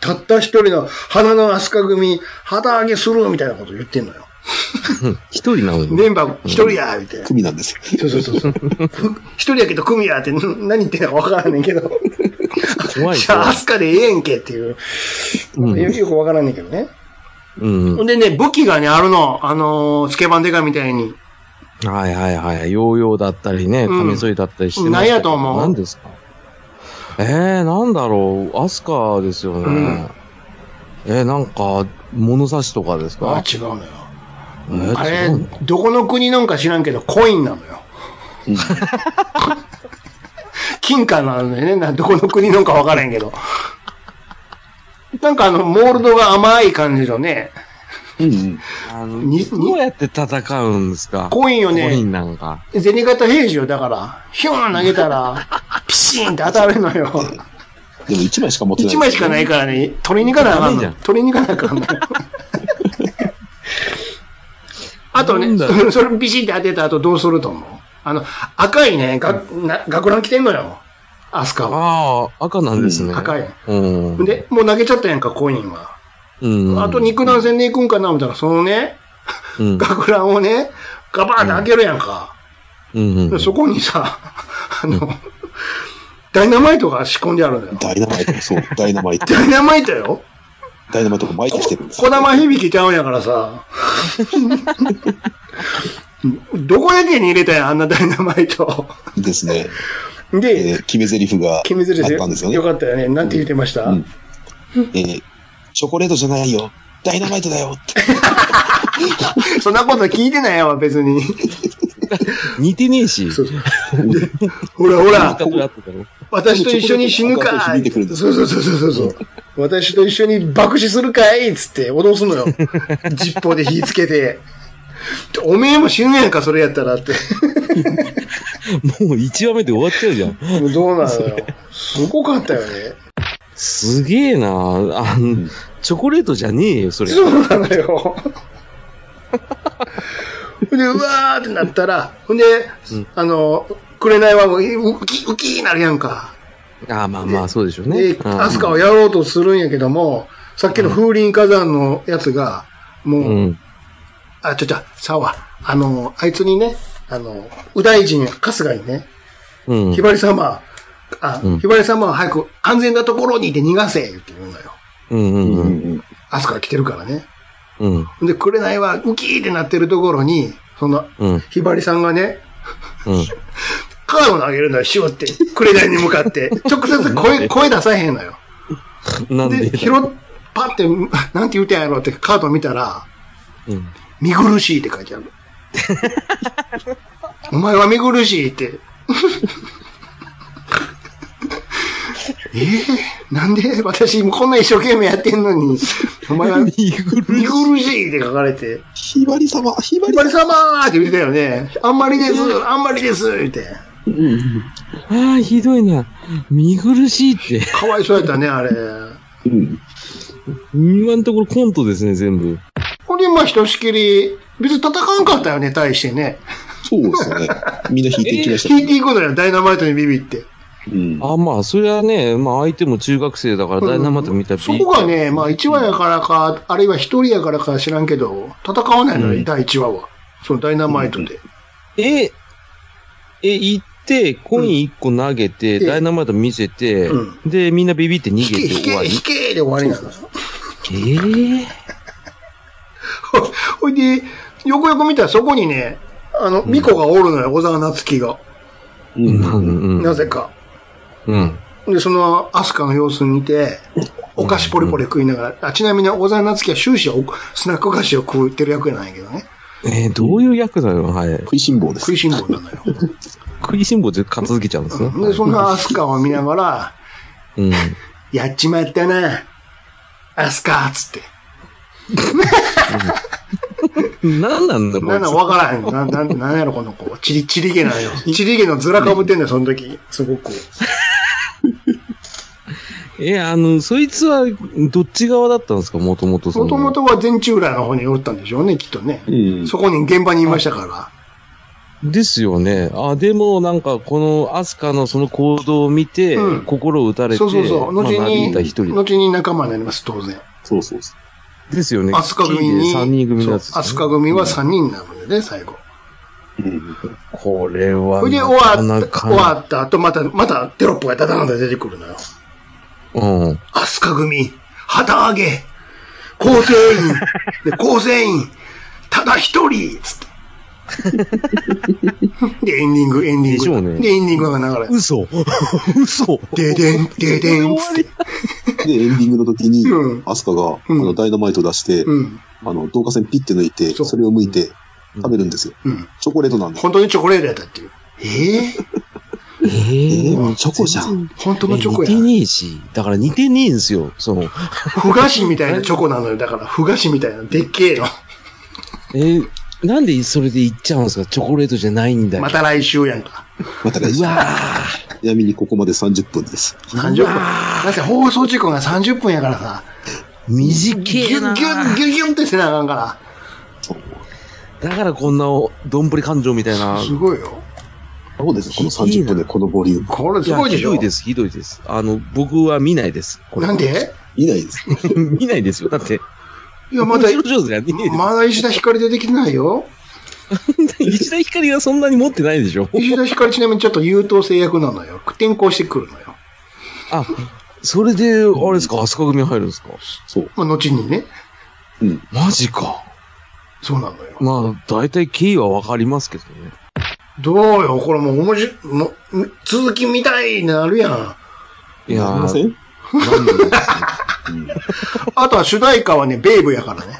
A: たった一人の花のアスカ組、旗揚げするみたいなこと言ってんのよ。
D: 一人なのに。
A: メンバー一人や、みたいな。
C: 組なんですよ。
A: そうそうそうそう。 一人やけど組やってん何言ってんのかわからんねんけど。
D: 怖い
A: じゃあ、アスカでええんけっていう。
D: うん
A: よよくわからんねんけどね。
D: うん。
A: ほんでね、武器がね、あるの。あのー、スケバンデカみたいに。
D: はいはいはい。ヨーヨーだったりね、カ
A: うん
D: ミソリだったりしてまし
A: 何
D: たけど。
A: やと思う
D: 何ですかえー、なんだろう。アスカですよ
A: うん
D: ね。えー、なんか、物差しとかです
A: あ
D: か
A: 違うのよ。
D: えー
A: あれ
D: 違うの、
A: どこの国なんか知らんけど、コインなのよ。 金貨なのよね。などこの国なんかわからんけど。なんかあの、モールドが甘い感じのね、
C: うんうん。
D: あの
A: に
D: どうやって戦うんですか
A: コインを
D: コイ
A: ね、
D: ンなんか。
A: 銭形平次をだから、ヒューン投げたら、ピシーンって当たるのよ。
C: でも一枚しか持ってない。
A: 一枚しかないからね、取りに行かなあかん
D: ダメじゃ
A: の
D: ん。
A: 取りに行かなあかん の。あと
D: なん
A: ね、
D: だ
A: それそれビシって当てた後どうすると思うあの、赤いね、が、な、学ラン着てんのよ。アスカは。
D: ああ、赤なんですね。
A: 赤い。
D: うん。
A: で、もう投げちゃったやんか、コインは。
D: うん、
A: あと肉弾戦で行くんかな、みたいな、そのね、
D: うん、
A: 学ランをね、ガバーンって開けるやんか。
D: うんうん。
A: そこにさ、あの、ダイナマイトが仕込んであるのよ。
C: ダイナマイト。そう、ダイナマイ ト。
A: ダイナマイトよ。
C: ダイナマイトが巻いてきてるんです
A: 小
C: よ。
A: 玉響きちゃうんやから さ。どこだけに入れたんや、あんなダイナマイト。
C: ですね。え
A: で、
C: ー決め台詞があっ
A: 決めずれ
C: たんですよね
A: よ。かったよね。なんて言ってました、
C: うんえーチョコレートじゃないよ。ダイナマイトだよって。
A: そんなこと聞いてないわ、別に。
D: 似てねえし。
A: そう ほらほ ら、
D: 似たとやってたろ
A: 私と一緒に死ぬか
C: 音が響いてくるんです
A: そうそうそうそうそう。私と一緒に爆死するかいっつって脅すのよ。ジッポーで火つけて。おめえも死ぬやんか、それやったら って。
D: もう1話目で終わっちゃうじゃん。
A: もうどうなのよ。すごかったよね。
D: すげえなあの、チョコレートじゃねえよ、それ。
A: そうなのよ。 で、うわーってなったら、ほんで、あの、くれないはもう、うき、うきーなるやんか。
D: ああ、まあまあ、そうでしょうね
A: で、。アスカをやろうとするんやけども、さっきの風林火山のやつが、もう、
D: うん。
A: あ、ちょちょ、さわ、あの、あいつにね、あの、右大臣、春日にね、
D: うん。
A: ひばり様、あ、
D: うん
A: ひばり様は早く安全なところにいて逃がせって言うのよ。
D: うんうんうん。
A: アスカが来てるからね。
D: うん。
A: で、くれないはウキーってなってるところに、その、
D: うん。
A: ひばりさんがね、
D: うん。
A: カードを投げるのよ、しようって、くれないに向か って。直接声、声出さへんのよ。
D: なんで
A: で、拾っ、パって、 なんて言うてんやろってカード見たら、
D: うん。
A: 見苦しいって書いてある。 お前は見苦しいって。えー、なんで私こんな一生懸命やってんのに、お前は見
D: 見苦しい
A: 苦しいって書かれて。
C: ひばり様、ひば
A: ひ
C: り
A: ば
C: 様。
A: り様ーって言ってたよね。あんまりです、あんまりですって。
D: ああ、ひどいな。見苦しいって。
A: かわいそうやったね、あれ。
C: うん。
D: 今のところコントですね、全部。
A: これ、まあ、ひとしきり、別に戦わんかったよね、対して ね。
C: そうですよね。みんな引いていきました
A: 聞い
C: ね。
A: ていくのよ、ダイナマイトにビビって。
C: うん。
D: あまあ、それはね、まあ相手も中学生だからダイナマイト見たら
A: そこがね、まあ、1話やからか、あるいは1人やからか知らんけど、戦わないのよ、
D: うん
A: 第1話は。そのダイナマイトで。
D: え、え、行って、コイン1個投げて、
A: うん
D: ダイナマイト見せて、
A: う
D: で、みんなビビって逃
A: 引け、
D: げて
A: 引
D: 終わ
A: け、
D: り。
A: 引けで終わりなの。
D: ええ
A: ほいで、よくよく見たらそこにね、あの、ミコがおるのよ、小沢夏樹が。
C: うん
D: うんうん。
A: なぜか。
D: うん。
A: で、その、アスカの様子見て、お菓子ポリポリ食いながら、あちなみに小沢夏樹は終始おスナック菓子を食ってる役なんやけどね。
D: えー、どういう役だよ、はい。
C: 食いしん坊です
A: 食い。しん坊なのよ。
D: 食いしん坊で片付けちゃうんですね。
A: で、そんなアスカを見ながら、
D: うん。
A: やっちまったな、アスカーっつって。
D: 何なんだ、こ
A: なん
D: れ
A: なん。わから へん。な、な、なんやろこの子。ちり、ちりげなんよ。ちりげのずらかぶってんのよ、その時。すごく。
D: え、あの、そいつは、どっち側だったんですか、もともとそ
A: も
D: の。
A: ともとは全中裏の方におったんでしょうね、きっとね。
C: うん。
A: そこに現場にいましたか
D: ですよね。あ、でも、なんか、このアスカのその行動を見て、
A: うん
D: 心を打たれ
A: ら。
D: て、
A: そうそうそう。
D: まあ
A: 後
D: なび
A: に、
D: いた一人
A: 後に仲間になります、当然。
C: そうそうそ
D: ですよね。
A: アスカ組に、
D: 3人組のやつ、
A: そうアスカ組は3人なのでね、最後。
C: う。うん。
D: これは、
A: それで終わ
D: な
A: っ
D: か
A: た、
D: な
A: 終
D: か
A: わった後、また、またテロップがダダンと出てくるのよ。
D: うん。
A: アスカ組、旗揚げ、構成 員、で構成員、ただ一人、つ って。で、エンディング、エンディング。
D: でしょうね
A: で、エンディングが流れ
D: 嘘嘘
A: て。ででん、ででん、つって。
C: で、エンディングの時に
A: うん、
C: アスカが、あ
A: うん
C: の、ダイナマイト出して、
A: うん。
C: あの、導火線ピッて抜いて、
A: そう
C: それを剥いて、食べるんですよ。
A: うん。
C: チョコレートなんです。
A: 本当にチョコレートやったっていう。ええ
C: え
D: えー、
C: ー、チョコじゃん。
A: 本当
D: え
A: のチョコ
D: 似
A: や
D: て。ねえし、だから似てねえんすよ、そ の。
A: ふ菓子みたいなチョコなのよ。だから、ふ菓子みたいな。でっけえよ。
D: えーなんでそれで言っちゃうんですかチョコレートじゃないんだよ。
A: また来週やんか。
C: また来週
D: う。わあ
C: ちなみにここまで30分です。
A: 30分。だって放送時間が30分やからさ、
D: 短
A: ギュ
D: えな
A: ッギュッギュッギュッってしてなあかんか
C: そう
D: だからこんなお、どんぶり感情みたいな
A: ら。。すごいよ。
C: そうですよこの30分でこのボリューム。
A: これ
D: い
A: す
D: や
A: ごいで
D: ひ
A: しょ
D: どいです、ひどいです。あの、僕は見ないです。これ
A: なんで
C: いないです。
D: 見ないですよ。だって、
A: いや、まだ
D: 面、白上手が見ねえです。
A: まだ石田光出てきてないよ。
D: 石田ひかりがそんなに持ってないでしょ
A: 石田光ちなみにちょっと優等生役なのよ。転校してくるのよ。
D: あ、それで、あれですか、飛鳥組入るんですか
C: そう。
A: まあ、後にね。
C: うん。
D: マジか。
A: そうなのよ。
D: まあ、大体経緯はわかりますけどね。
A: どうよ、これもう面白い、もう、続き見たいなるやん。
D: いや
C: ありませ
D: ー、
C: ん
D: なんで
A: あとは主題歌はね、ベイブやからね。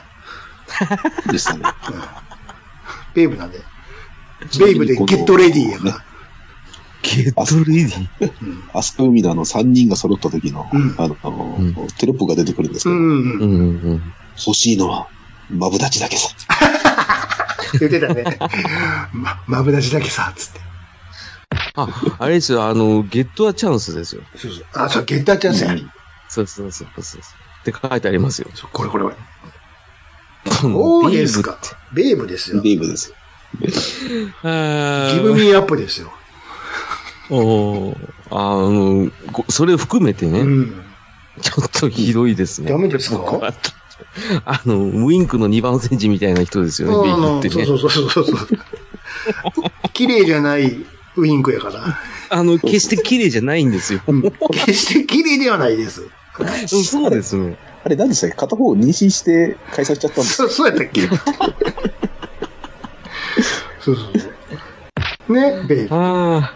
C: でしたね。
A: ベイブなんで。 ベイブでゲットレディーやから。
D: ゲットレディ
C: アスカ海のあの3人が揃った時の、
A: うん
C: あのあの、
D: うん
C: テロップが出てくるんですけ
A: う
C: ど、
A: んうん。
D: うんうんうん。
C: 欲しいのは、マブダチだけさ。
A: 言ってたね。 ま、まぶだちだけさ、つって。
D: あ、あれですよ、あの、ゲットはチャンスですよ。
A: そうそう。あ、そう、ゲッターチャンスや。
C: うん
D: そうそうそうそうそう。って書いてありますよ。
A: そうこれこれこれ。そうですか。ベイブですよ。
C: デイブですよ。
D: あ
A: ギブミーアップですよ。
D: おーあの、こそれを含めてね、
A: うん。
D: ちょっとひどいですね。
A: ダメですか
D: 僕はあの、ウィンクの2番センチみたいな人ですよね、ビ
A: あ
D: ー
A: の
D: フってね。
A: そうそうそう そうそう。綺麗じゃないウインクやから。
D: あの、決して綺麗じゃないんですよ。
A: 決して綺麗ではないです。
D: そうですね。
C: あれ何でしたっけ片方妊娠して解散しちゃったんです
A: そ、そうやったっけそうそうそう。ね、ベイブ。
D: あ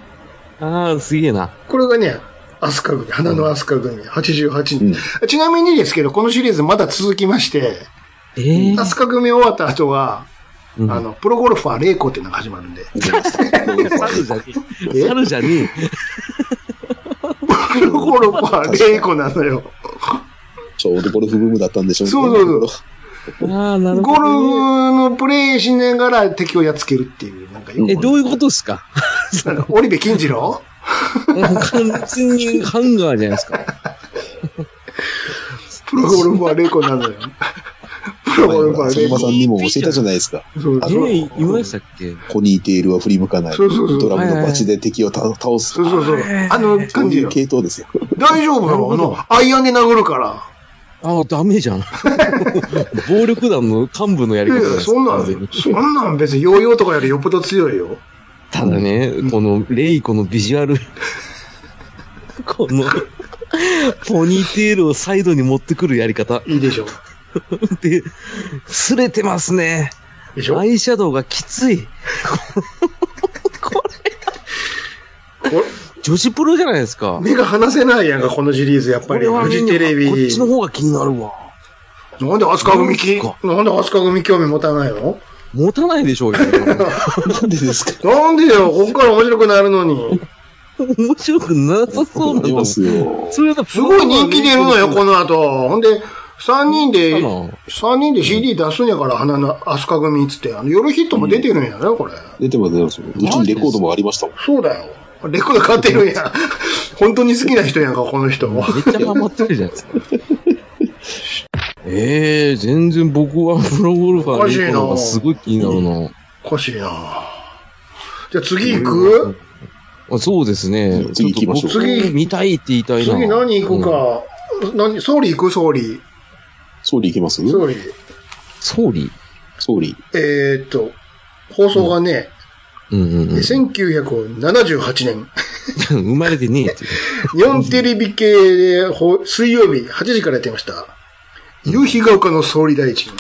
D: あ、ああ、すげえな。
A: これがね、アスカ組、花のアスカ組、88人、
C: うん
A: ちなみにですけど、このシリーズまだ続きまして、
D: ええ
A: アスカ組終わった後は、
D: うん
A: あの、プロゴルファーレイコっていうのが始まるんで、
D: 猿じゃね
A: え
D: え。猿じゃねえ。
A: プロゴルファーレイコなのよ。
C: ちょうどゴルフブームだったんでしょね
A: そうそうそ
D: ああ、なる
A: ゴ
D: ほ
A: ル
D: ど、ね。
A: フのプレイしながら敵をやっつけるっていう、なんかよく
D: え、どういうことっすか
A: あの、織部金次郎
D: 完全にハンガーじゃないですか。
A: プロゴルファーレイコなの よ。プロゴルファー
C: 佐
A: レイ
C: 山
A: コ。
C: さんにも教えたじゃないですか。
A: そう
D: え
A: そう
D: え、いましたっけ
C: コニーテールは振り向かない。
A: そうそうそう
C: ドラムのバチで敵をた倒す。
A: そうそうそう。あの
C: こ
A: 感
C: う
A: じ
C: いう
A: よ。
C: 系統ですよ。
A: 大丈夫よ。あの、アイアンで殴るから。
D: ああ、ダメじゃん。暴力団の幹部のや
A: い
D: り
A: や
D: 方
A: い
D: じゃない
A: や、
D: ですか
A: そんな
D: 完全に
A: ん、そんなん別にヨーヨーとかよりよっぽど強いよ。
D: ただね、このレイコのビジュアル、この、ポニーテールをサイドに持ってくるやり方
A: いいでしょ。
D: で、擦れてますね。
A: でしょ
D: アイシャドウがきつい。
A: これ
D: 女子プロじゃないですか。
A: 目が離せないやんか、このシリーズ、やっぱ
D: こ
A: り。
D: れは
A: フ
D: ね
A: ジテレビ。
D: こっちの方が気になるわ。
A: なんで飛鳥組き
D: なんか、
A: なんで飛鳥組興味持たないの
D: 持た ないでしょうよ。
C: なんでですか
A: なんでよ、ここから面白くなるのに。
D: 面白くなさそうな
C: 思
D: んだ
C: い
D: もん
C: ま。すよ。
D: それだと
A: すごい人気出るのよ、この後。ほんで、三人で
D: そうなの、
A: 三人で CD 出すんやから、花の、飛鳥組っつって、あの、夜ヒットも出てるんやね、これ。
C: 出てます、出てます。うちにレコードもありましたもん。
A: そうだよ。レコード買ってるんや。本当に好きな人やんか、この人も。
D: めっちゃハマってるじゃないですか。 ええー、全然僕はプロゴルファーでいいのがすごい気になるな。
A: おかしいなじゃあ次行く
D: あそうですね。
C: 次行きましょう
D: ちっと僕見たいって言いたいな。
A: 次何行く
D: うん。
A: か。何、総理行く総理。
C: 総理いきます
A: 総理。
D: 総理
C: 総理。
A: えーっと、放送がね、
D: うんうんうん。
A: 1978年、
D: 生まれてねえっていう。
A: 日本テレビ系でほ水曜日8時からやってました。夕日が丘の総理大臣。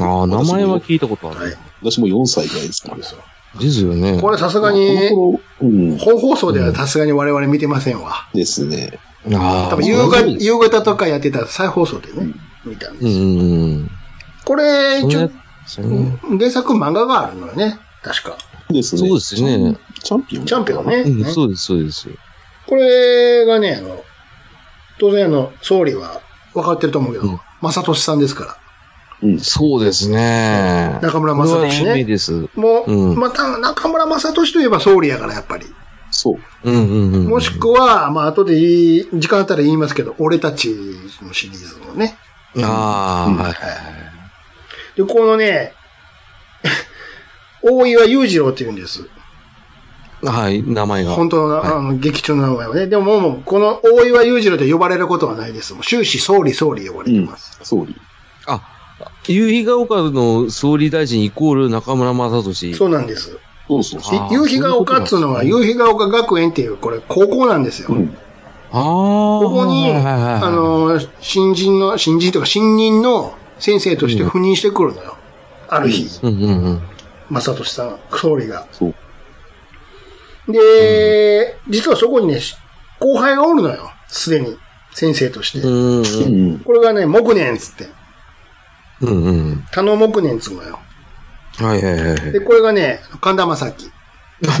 D: ああ、名前は聞いたことある。
C: 私も4歳ぐらいですから。
D: ですよね。
A: これさすが
C: こ
A: に、
C: の頃、うん、
A: 本放送ではさすがに我々見てませんわ。
C: ですね。
D: ああ。
A: 多分夕方、
D: うん
A: 夕方とかやってた再放送でね、見たん
D: う
A: です。
D: んうん。
A: これ、
D: そん
A: 一
D: な
A: 応
D: や、つね
A: 原作漫画があるのよね。確か。
C: ですね。
D: そうですね。
C: チャンピオン。
A: チャンピオン
D: う
A: ね。
D: ん、そうです、そうです。
A: これがね、あの、当然あの、総理は分かってると思うけ
D: うん
A: ど、正俊さんですから。
C: うん。
D: そうですね。
A: 中村
D: これ
A: 正
D: は
A: 俊
D: 有名
A: ね。
D: です。うん
A: もう、
D: うん
A: また、中村正俊といえば総理やから、やっぱり。
C: そう。
D: うんうん。
A: もしくは、まあ、後でいい、時間あったら言いますけど、俺たちのシリーズのね。
D: ああ、はいはい
A: で、このね、 大岩裕次郎って言うんです。
D: はい。はい、名前が。
A: 本当の、
D: はい
A: あの、劇中の名前はね。でも、もう、この大岩裕次郎で呼ばれることはないです。もう終始総理総理呼ばれ
C: う
A: て
C: ん
A: ます。。
C: 総理。
D: あ、夕日が丘の総理大臣イコール中村雅俊。
A: そうなんです。
C: そうそうそう。
D: あー
A: 夕日が丘っつうのは、
D: そういうこと
A: 夕日が丘学園っていう、これ、高校なんですよ。
C: うん
D: ああ。
A: ここに、
D: はいはいはいはい
A: あ、の、新人の、新人とか新任の先生として赴任してくるのよ。ある日、
D: うんうんうん。
A: 正俊さん、総理が。
C: そう。
A: で、実はそこにね、し後輩がおるのよ。すでに、先生として。
D: うん
C: う
D: うん
C: ん。
A: これがね、木年っつって。
D: うんうん。
A: 田野木年っつうのよ。
D: はいはいはいはい。
A: で、これがね、神田正輝。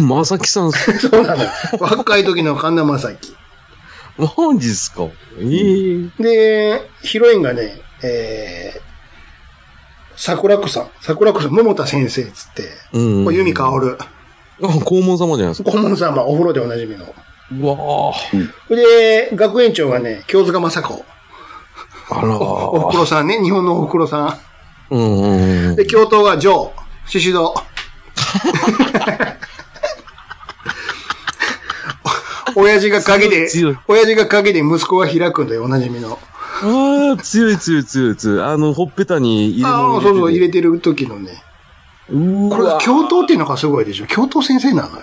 D: あまさきさん、
A: そうなの よ。若い時の神田正輝。
D: マジっすかええ。
A: で、ヒロインがね、えー、桜子さん、桜子さん、桃田先生っつって、
D: うんうん
A: これ由美かおる、
D: あ、黄門様じゃないですか。
A: 顧問様、お風呂でおなじみの。
D: うわあ。
A: で、学園長がね、京塚雅子。
D: あら
A: お ふくろさんね、日本のおふくろさ
D: うんうんうん
A: ん。で、教頭がジョー、シシド。お 親父が陰で
D: 強い、
A: 親父が陰で息子が開くんだよ、おなじみの。
D: ああ、強い強い強い強い。あの、ほっぺたに入れ
A: あ
D: 物
A: あ、そうそう、入れ
D: て
A: てる時のね。
D: る。う
A: これ
D: わ
A: が教頭っていうのがすごいでしょ。教頭先生なのよ。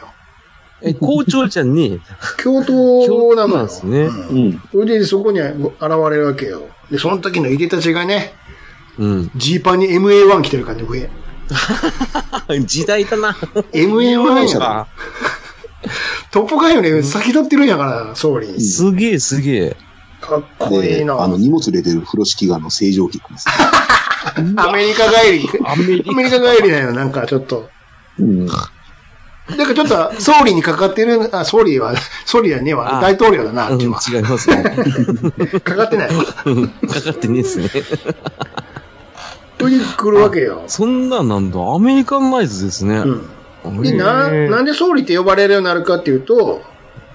D: え、校長じゃねえ。
A: 教頭なの
D: なん
A: よ。
D: ですね。
C: うん。
A: それでそこに現れるわけよ。で、その時のいでたちがね、
D: うん。
A: ジーパンに MA1 着てるからね、上。
D: 時代だな。
A: MA1 や。トップガンより先立ってるんやから、総理。
D: すげえすげえ。
A: かっこい
C: で、
A: いな。
C: あの、荷物入れてる風呂敷があの、正常期です。
A: アメリカ帰り。
D: アメリ
A: アメリカ帰りだよ、なんかちょっと。
C: うん。
A: なんかちょっと、総理にかかってる、あ、総理は、総理はねえわ、
D: あ
A: 大統領だな、あ
D: う
A: っ
D: ん
A: ち
D: 違い
A: は。
D: ます ね。
A: かかってないわ。
D: うんかかってねえですね。
A: それで来るわけよ。
D: そんなんなんだ。アメリカンナイズですね。
A: うん。で、な、なんで総理って呼ばれるようになるかっていうと、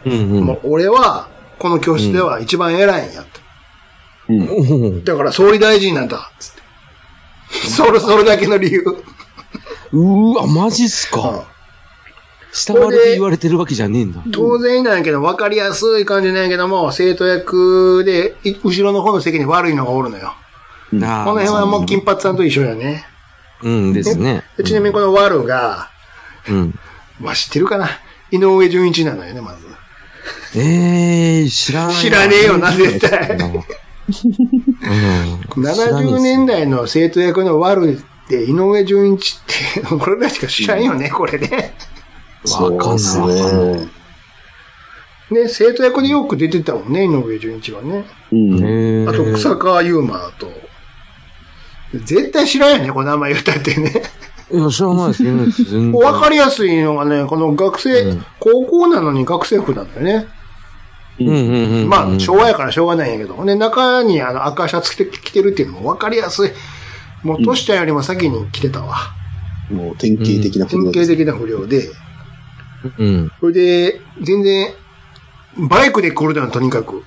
D: うんうん。
A: もう俺は、この教室では一番偉いんやと。
C: うん。
D: おう
A: だから総理大臣なんだ、つって。それ、それだけの理由。
D: うーわ、マジっすか。下まで言われてるわけじゃねえんだ。
A: 当然なんやけど、分かりやすい感じなんやけども、生徒役で、い後ろの方の席に悪いのがおるのよ。
D: あー
A: この辺はもう金髪さんと一緒やね。
D: うんですね。
A: でちなみにこのワルが、
D: うん。
A: まあ、知ってるかな井上純一なのよね、まず。
D: ええ、知らない。
A: 知らねえよな絶対
D: うん。
A: 70年代の生徒役のワルって、井上純一って、俺らしか知らんよね、これね。
C: そうです
D: わかんない
C: ね。
A: ね、生徒役でよく出てたもんね、井上純一はね。
C: うん。
D: へ
A: あと、
D: ー
A: 草川優馬と。絶対知らんよね、この名前言ったってね。
D: いや、知らないですけどね、全然。
A: もう分かりやすいのがね、この学生、
D: うん
A: 高校なのに学生服なんだよね。
D: うんうんうん。
A: まあ、
D: し
A: 昭和やからしょうがないんやけど。ほんで、中にあの赤シャツ着て着てるっていうのも分かりやすい。もう、トシちゃんよりも先に着てたわ。
C: もう典型的な
A: 典
C: こと
A: 型
C: です。
A: 的な不良で。
D: うん。
A: それで、全然、バイクで来るだよ、とにかく。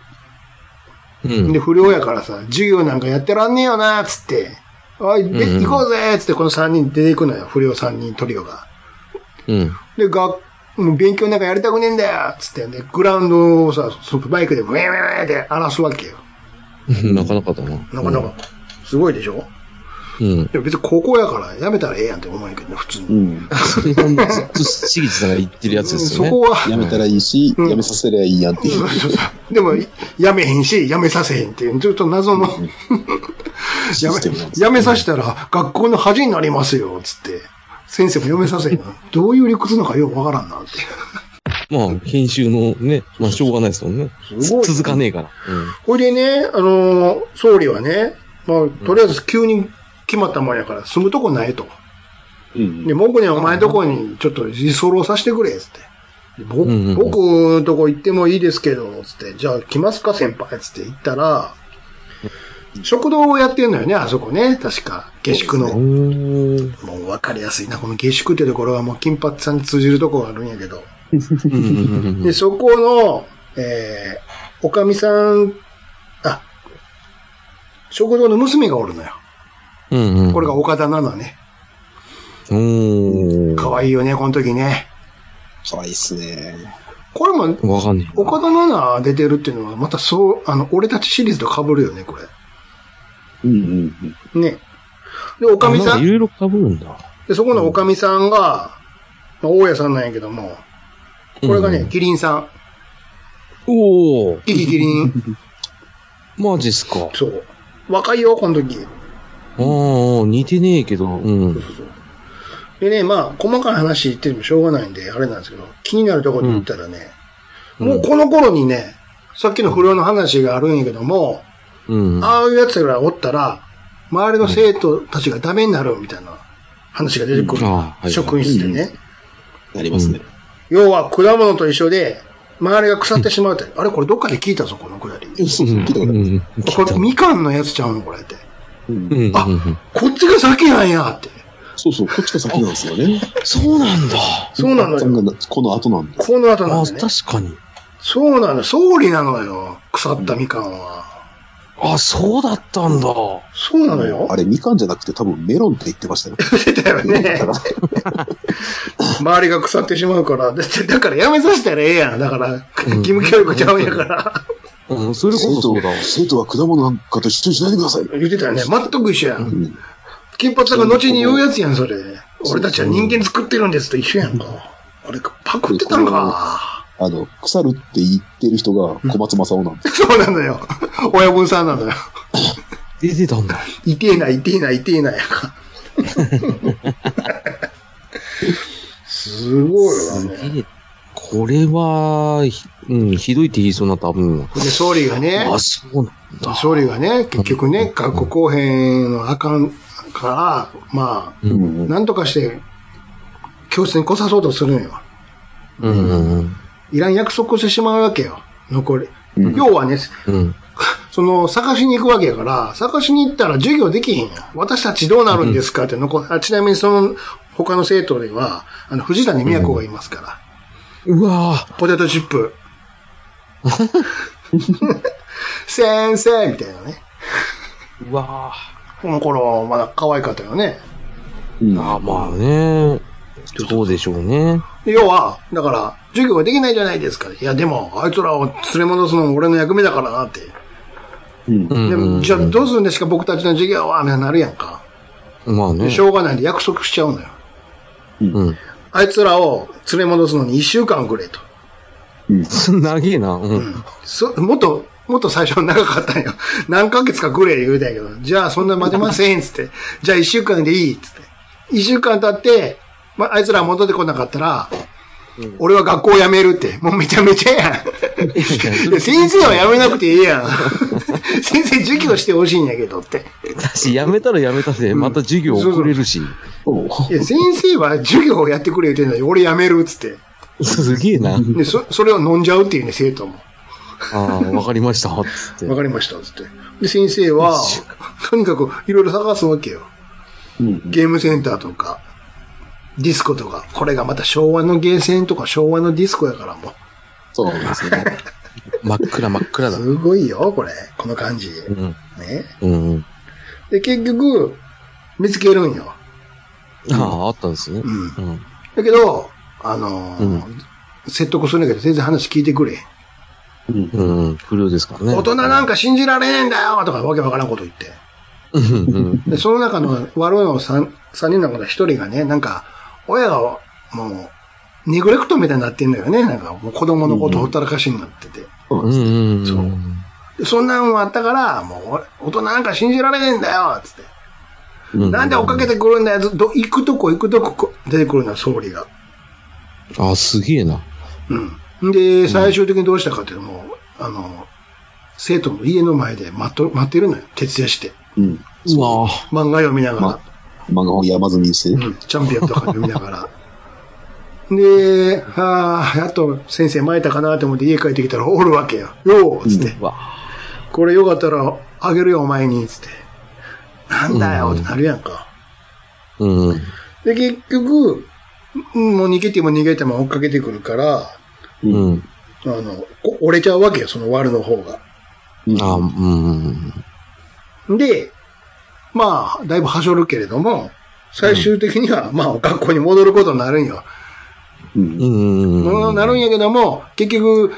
D: うん。
A: で、不良やからさ、授業なんかやってらんねえよな、つって。おい、で、
D: うん
A: 行こうぜつって、この3人出ていくのよ、不良3人トリオが。
D: うん。
A: で、学、もう勉強なんかやりたくねえんだよつって、ね、グラウンドをさ、そバイクでウェーウェーウェーって荒らすわけよ。
D: なかなかだな。
A: なかなか。すごいでしょ
D: うん。
A: でも別に高校やから、やめたらええやんって思うんやけどね、普通に。
C: うん。
D: それはもうずっとしげちさんが言ってるやつです
A: そ
D: よね。
A: こは、
C: やめたらいいし、
A: うん
C: やめさせりゃいいやんっていう。
A: そうそう でも、やめへんし、やめさせへんっていう、ちょっと謎の、
C: シ
A: や
C: ステムなんです
A: め、やめさせたら学校の恥になりますよ、つって。先生もやめさせへんの。どういう理屈なのかよくわからんな、って。
D: まあ、研修のね、まあ、しょうがないですもんね。
A: すごい
D: 続かねえから。
A: ほいでね、あのー総理はね、まあ、とりあえず急に決まったもんやから、住むとこないと。
C: うん。
A: で、僕ね、お前とこにちょっと居候させてくれ、つって。でぼ
D: うんうんうん
A: 僕のとこ行ってもいいですけど、つって、じゃあ来ますか、先輩、つって言ったら、食堂をやってんのよね、あそこね、確か。下宿の。
D: うん。うーん。
A: もう分かりやすいな。この下宿ってところはもう金髪さんに通じるところがあるんやけど。
D: うん
A: で、そこの、えー、おかみさん、あ、食堂の娘がおるのよ。
D: うんうん。
A: これが岡田奈々ね。
D: うーん。
A: 可愛いよね、この時ね。
C: かわいいっすね。
A: これも、
D: わかんない。
A: 岡田奈々出てるっていうのは、またそう、あの、俺たちシリーズと被るよね、こ
C: うんうんうん。
A: れ。ね。で、おかみさ
D: あなん
A: ん
D: い、ろいろ被るんだ。
A: で、そこのおかみさんが、まあ、大家さんなんやけども、これがね、キリンさん。
D: うん。おお
A: キキキリ ン。
D: マジっすか。
A: そう。若いよ、この時。
D: ああ、似てねえけど、うん。
A: でね、まあ、細かい話言ってもしょうがないんで、あれなんですけど、気になるところに行ったらね、
D: うん
A: もうこの頃にね、さっきの不良の話があるんやけども、
D: うん。
A: ああいう奴らがおったら、周りの生徒たちがダメになるみたいな話が出てくる。
D: うんああはい
A: 職員室でね。
C: なりますね。
A: 要は果物と一緒で、周りが腐ってしまうって。あれこれどっかで聞いたぞ、このくだり。
C: そうそう、聞いたことあ
D: う
C: る。
D: ん。
A: これみかんのやつちゃうのこれって。
C: うん
D: うん。
A: あ
D: うん
A: こっちが先なんやって。
C: そうそう、こっちが先なんですよね。
D: そうなんだ。
A: そうなのよ。
C: よ。この後なんです。
A: この後な
D: あ
A: ん
D: あ、
A: だね。
D: 確かに。
A: そうなの。総理なのよ。腐ったみかんは。
D: あ、そうだったんだ。
A: そうなのよ。
C: あれ、みかんじゃなくて多分メロンって言ってましたよ。
A: 出てたよね。 周りが腐ってしまうから。だってだからやめさせたらええやん。だから、
D: ん
A: 義務教育ちゃうんやから。
D: うん、それこ
C: 生
D: そそ
C: 徒
D: うだわ。
C: 生徒は果物なんかと一緒にしないでください。
A: 言ってたよね。全く一緒やん。
C: うん
A: 金髪さんが後に言うやつやん、それ。俺たちは人間作ってるんですと一緒やんか。あれ、パクってたんか。
C: あの、腐るって言ってる人が小松正夫なんです。
A: そうなのよ。親分さんなのよ。
D: 出てたんだ。
A: いてえな、いてえな、いてえなやんか。すごいわね。
D: すげえこれは、ひうん、ひどいって言いそうになった。うん。
A: で、総理がね。
D: あ、そうなんだ。
A: 総理がね、結局ね、学校公編のあかんから、まあ、
C: うんうん
A: なんとかして、教室に来さそうとするんよ。
D: うんうん
A: いらん約束をしてしまうわけよ。残り。
C: うん
A: 要はね、
D: うん。うん。
A: その、探しに行くわけやから、探しに行ったら授業できへんよ。私たちどうなるんですかって残、あちなみにその、他の生徒では、あの、藤谷美子がいますから、
D: うわぁ。
A: ポテトチップ。先生みたいなね。
D: うわぁ。
A: この頃、まだ可愛かったよね。
C: うん
D: あまあね。そうでしょうね。
A: 要は、だから、授業ができないじゃないですか。いや、でも、あいつらを連れ戻すのも俺の役目だからなって。
C: うん
D: う
A: で
D: ん、う
A: も、
D: ん。
A: じゃあどうするんですか、僕たちの授業は、みたいになるやんか。
D: まあね
A: でし。ょうがないんで約束しちゃうのよ。
D: うん。
A: あいつらを連れ戻すのに一週間くれと。
D: 長えな。 うん。
A: そもっと、もっと最初長かったんよ。 何ヶ月かくれ言うたんやけど、じゃあそんな待てません、つって。じゃあ一週間でいい、つって。一週間経って、まあ、あいつら戻ってこなかったら、俺は学校辞めるって。もうめちゃめちゃやん。いや先生は辞めなくていいやん。 先生授業してほしいんやけどって。
D: だし、やめたらやめたで、また授業遅れるし。
A: いや、先生は授業をやってくれ言ってんだよ。俺辞めるっつって。
D: すげえな。
A: で、そ、それを飲んじゃうっていうね、生徒も。
D: ああ、わかりました、つって
A: わ。かりました、つって。で、先生は、とにかくいろいろ探すわけよ。
C: うん。
A: ゲームセンターとか、ディスコとか、これがまた昭和のゲーセンとか昭和のディスコやからも
C: そうなんですね。
D: 真っ暗真っ暗
A: う。
D: だ。
A: すごいよ、これ。この感じ。
D: うん。
A: ね。
D: うん。
A: で、結局、見つけるんよ。
D: ああ、あったんですね。
A: うん
D: うん。
A: だけど、あのー説得するんだけど、全然話聞いてくれへん。
D: うん。不良ですからね。
A: 大人なんか信じられねえんだよとか、わけわからんこと言って。
D: うんうん。
A: で、その中の悪いの三三人の方一人がね、なんか、親がもう、ネグレクトみたいになってんだよね。なんか、もう子供のことをほったらかしになってて。
D: うんうんうん。
A: そうでそんなんもあったから、もう、大人なんか信じられねえんだよつって。
D: うん。
A: なんで追っかけてくるんだよずど行くとこ行くとここ出てくるんだよ、総理が。
D: ああ、すげえな。
A: うん。で、最終的にどうしたかっていうと、もう、あの、生徒の家の前で待っと待ってるのよ。徹夜して。
C: うん。
D: うわあ。
A: 漫画読みながら。
C: ま漫画本山積みにして。
A: うん、チャンピオンとか読みながら。 で、ああ、やっと先生参ったかなと思って家帰ってきたらおるわけよ。ようつって。
D: うわ
A: これよかったらあげるよ、お前に。つって。なんだよってなるやんか。
D: うん。
A: で、結局、うんもう逃げても逃げても追っかけてくるから、あ
D: うん。
A: の、こ折れちゃうわけよ、その悪の方が。
C: うん
D: ああ、うん。
A: で、まあ、だいぶはしょるけれども、最終的には、まあ、学校に戻ることになるんよ。
C: うん。
D: うん。
A: ものになるんやけども、結局、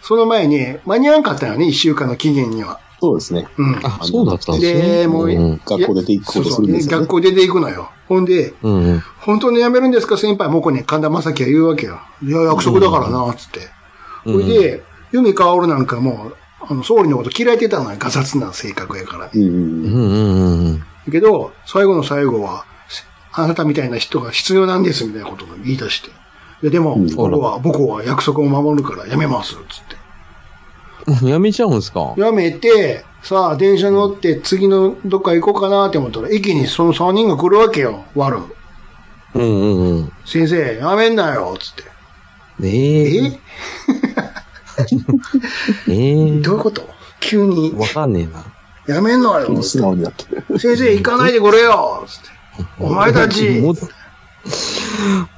A: その前に間に合わんかったよね、一週間の期限には。
C: そうですね。
A: うん。
D: あ、そうだったんですね。
A: で、もう、
D: うん。
C: 学校出ていくことするんで
A: そ
C: す
A: うそう
C: よ
A: 学
C: ね。
A: 校出ていくのよ。ほんで、
D: うん。
A: 本当に辞めるんですか、先輩。もうこれね、神田正輝が言うわけよ。いや、約束だからな、つって。
D: う
A: ほ
D: ん
A: いで、由美かおるなんかもう、あの、総理のこと嫌いてたのよ、ガサツな性格やから。
C: う。
D: うんんうんうん。
A: けど、最後の最後は、あなたみたいな人が必要なんです、みたいなことを言い出して。ででも、
C: うん
A: 僕は、僕は約束を守るから辞めます、つって。
D: うんやめちゃうんですか
A: やめて、さあ、電車乗って次のどっか行こうかなって思ったら、駅にその3人が来るわけよ、ワル。
D: うんうんうん。
A: 先生、やめんなよ、つって。
D: ええ。
A: え
D: ええ。
A: どういうこと急に、
D: わかんねえな。
A: やめんな
C: も
A: よ、
C: う
A: つ
C: 素
A: っ
C: 直になって。
A: て先生、行かないでくれよ、つって。お前たち、
D: も、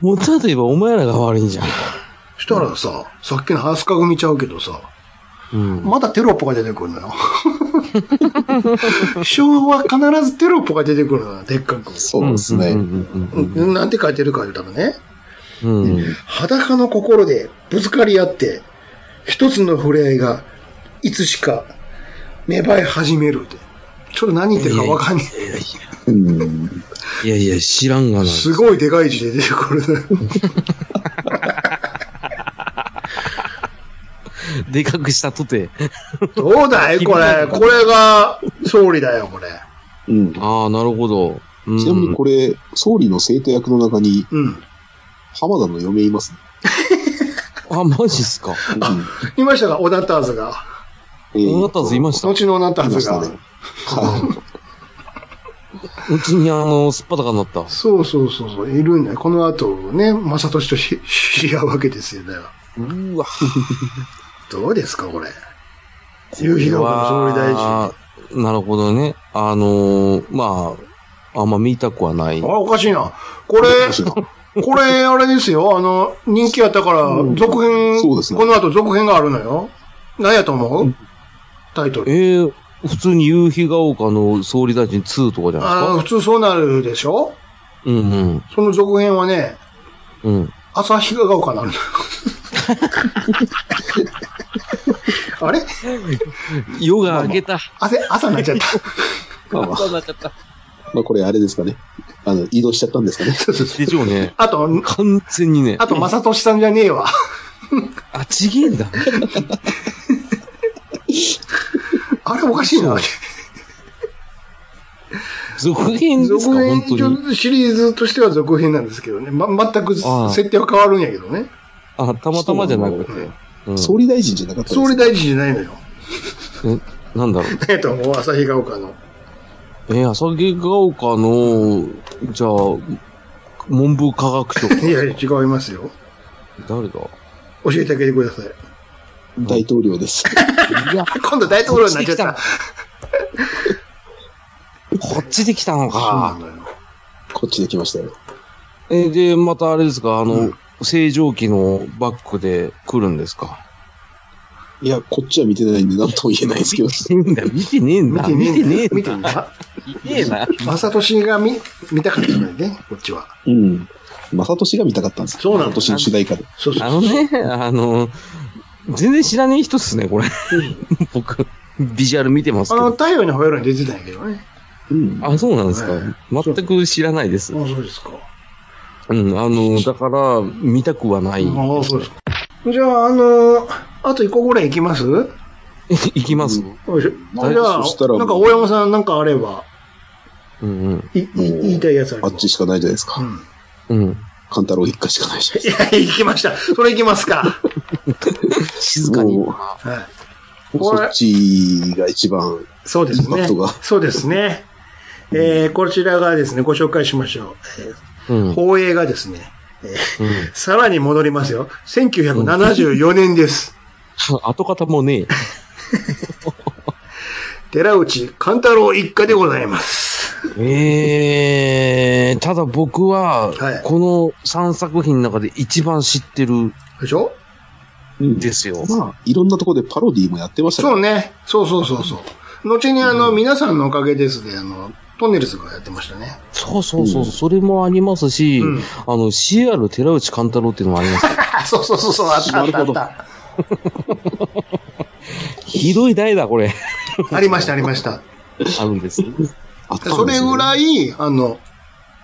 D: もたといえばお前らが悪いんじゃん。
A: したらさ、さっきのハスカ組ちゃうけどさ、
D: うん。
A: またテロップが出てくるのよ。昭和必ずテロップが出てくるのよ、でっかく。
C: そうですね。
D: うんうん
A: うんなんて書いてるか言うたらね、
D: うんうん。うん
A: 裸の心でぶつかり合って、一つの触れ合いが、いつしか、芽生え始めるって。ちょっと何言ってるかわかんない。
C: うん。
D: いやいや、知らんがな。
A: すごいでかい字で出てくるね。
D: でかくしたとて。
A: どうだいこれ。これが、総理だよ、これ。
C: うん。
D: ああ、なるほど。うん
C: ちなみにこれ、総理の生徒役の中に、
A: うん。
C: 浜田の嫁いますね。
D: あ、マジっすか。
A: いましたかオナターズが。
C: うん
D: どうなったんですいました。う
A: 後のオナター
C: いま
A: ズ
C: した
A: が。
C: ね。は
D: ちにあの、すっぱだかになった。
A: そうそうそうそう、いるんだよ。この後ね、まさとしとし知り合うわけですよ。だから
D: うわ。
A: どうですか、これ。夕日の総理大臣。
D: あーなるほどね。あのー、まあ、あんま見たくはない。
A: あ、おかしいな。これ、
C: い。
A: これ、あれですよ。あの、人気やったから、続編、
C: そうですね
A: この後続編があるのよ。何やと思うタイトル。
D: ええ普通に夕日が丘の総理大臣2とかじゃ
A: あ
D: ない
A: の、
D: ですか
A: 普通そうなるでしょ
D: うんうん。
A: その続編はね、
D: うん。
A: 朝日が丘になるのよ。 あれ
D: 夜が明けた。
A: 汗、朝になっちゃった。
C: まあまあ、
D: 朝になっちゃった。
C: まあこれあれですかね。あの、移動しちゃったんですかね。
A: そうそうそう
D: でしょうね。
A: あと、
D: 完全にね。
A: あと、まさとしさんじゃねえわ。
D: あ、ちげえんだ。
A: あれおかしいな。
D: 続編ですか
A: 続編
D: 本
A: 一
D: 当に。
A: 応シリーズとしては続編なんですけどね。ま、全く
D: ああ
A: 設定は変わるんやけどね。
D: あ、たまたまじゃなくて
A: そうなの。
D: うん
C: 総理大臣じゃなかったです
A: 総理大臣じゃないのよ。
D: えなんだろう。
A: えっと、もう朝日が丘の。
D: え、朝日が丘の、じゃあ、文部科学省。
A: いや、違いますよ。
D: 誰だ
A: 教えてあげてください。
C: 大統領です。
D: いや、
A: 今度大統領になっちゃった。
D: こっちで来たの
A: そうな
D: か。
A: のよ。
C: こっちで来ましたよ。
D: え、で、またあれですか、あの、
A: うん
D: 正常期のバックで来るんですか。
C: いや、こっちは見てないんで何とも言えないですけど。
D: 見てねえんだ、見てね
A: 見てね
D: えんだ。見て
A: え
D: ねえんだ。
A: 見てねえな。
D: 見てねえな。
A: 正俊が見、見たかったのよね、こっちは。
C: うん。正俊が見たかったんです
A: そうなの
C: 正俊の主題歌で。
A: そうそ
D: あ
A: う。
D: のね、あの、全然知らねえ人っすね、これ。僕、ビジュアル見てます
A: あ
D: け
A: の、
D: ど。
A: 太陽に吠えるに出てたんやけどね。
C: うん。
D: あ、そうなんですか
A: は。
D: 全く知らないです。
A: あそうですか。
D: うん、あの、だから、見たくはない。
A: ああ、そうですか。じゃあ、あのあと一個ぐらい行きますよ
D: 行きま
A: い
D: す。
A: しょ
C: まあ
A: じゃあ
C: そした、ら
A: なんか大山さんなんかあれば、
D: うん
A: い、い言いたいやつあれば。
C: あっちしかないじゃないです
A: う
C: か。
A: ん。
D: うん。うん。
C: 勘太郎一家しかないじゃない
A: いや、行きました。それ行きます か。
D: 静かに
C: も。
A: はい。こ
C: そ
A: れ
C: っちが一番、
A: そうです
C: イン
A: ね
C: パクトが。
A: そうですね。えー、こちらがですね、ご紹介しましょ
D: うん。う
A: う。
D: ん
A: 放映がですね、さらに戻りますよ。1974年です。
D: 跡形もねえ。
A: 寺内勘太郎一家でございます。
D: ええただ僕は
A: はい、
D: この3作品の中で一番知ってるん
A: でしょ
C: うん
D: ですよ。
C: まあ、いろんなところでパロディーもやってましたか
A: そ
C: ら
A: うね。そうそうそうそう。後にあの、皆さんのおかげですで、あの、トンネルズがやってましたね。
D: そうそうそう、
C: うん
D: それもありますし、
A: うん
D: あの、CR 寺内勘太郎っていうのもあり ます。
A: あ、そうそうそうそう、あったあったあった。
D: ひどい題だ、これ。
A: ありました、ありました。
D: あるんです。
C: あったんで
A: そ
C: すよ
A: れぐらい、あの、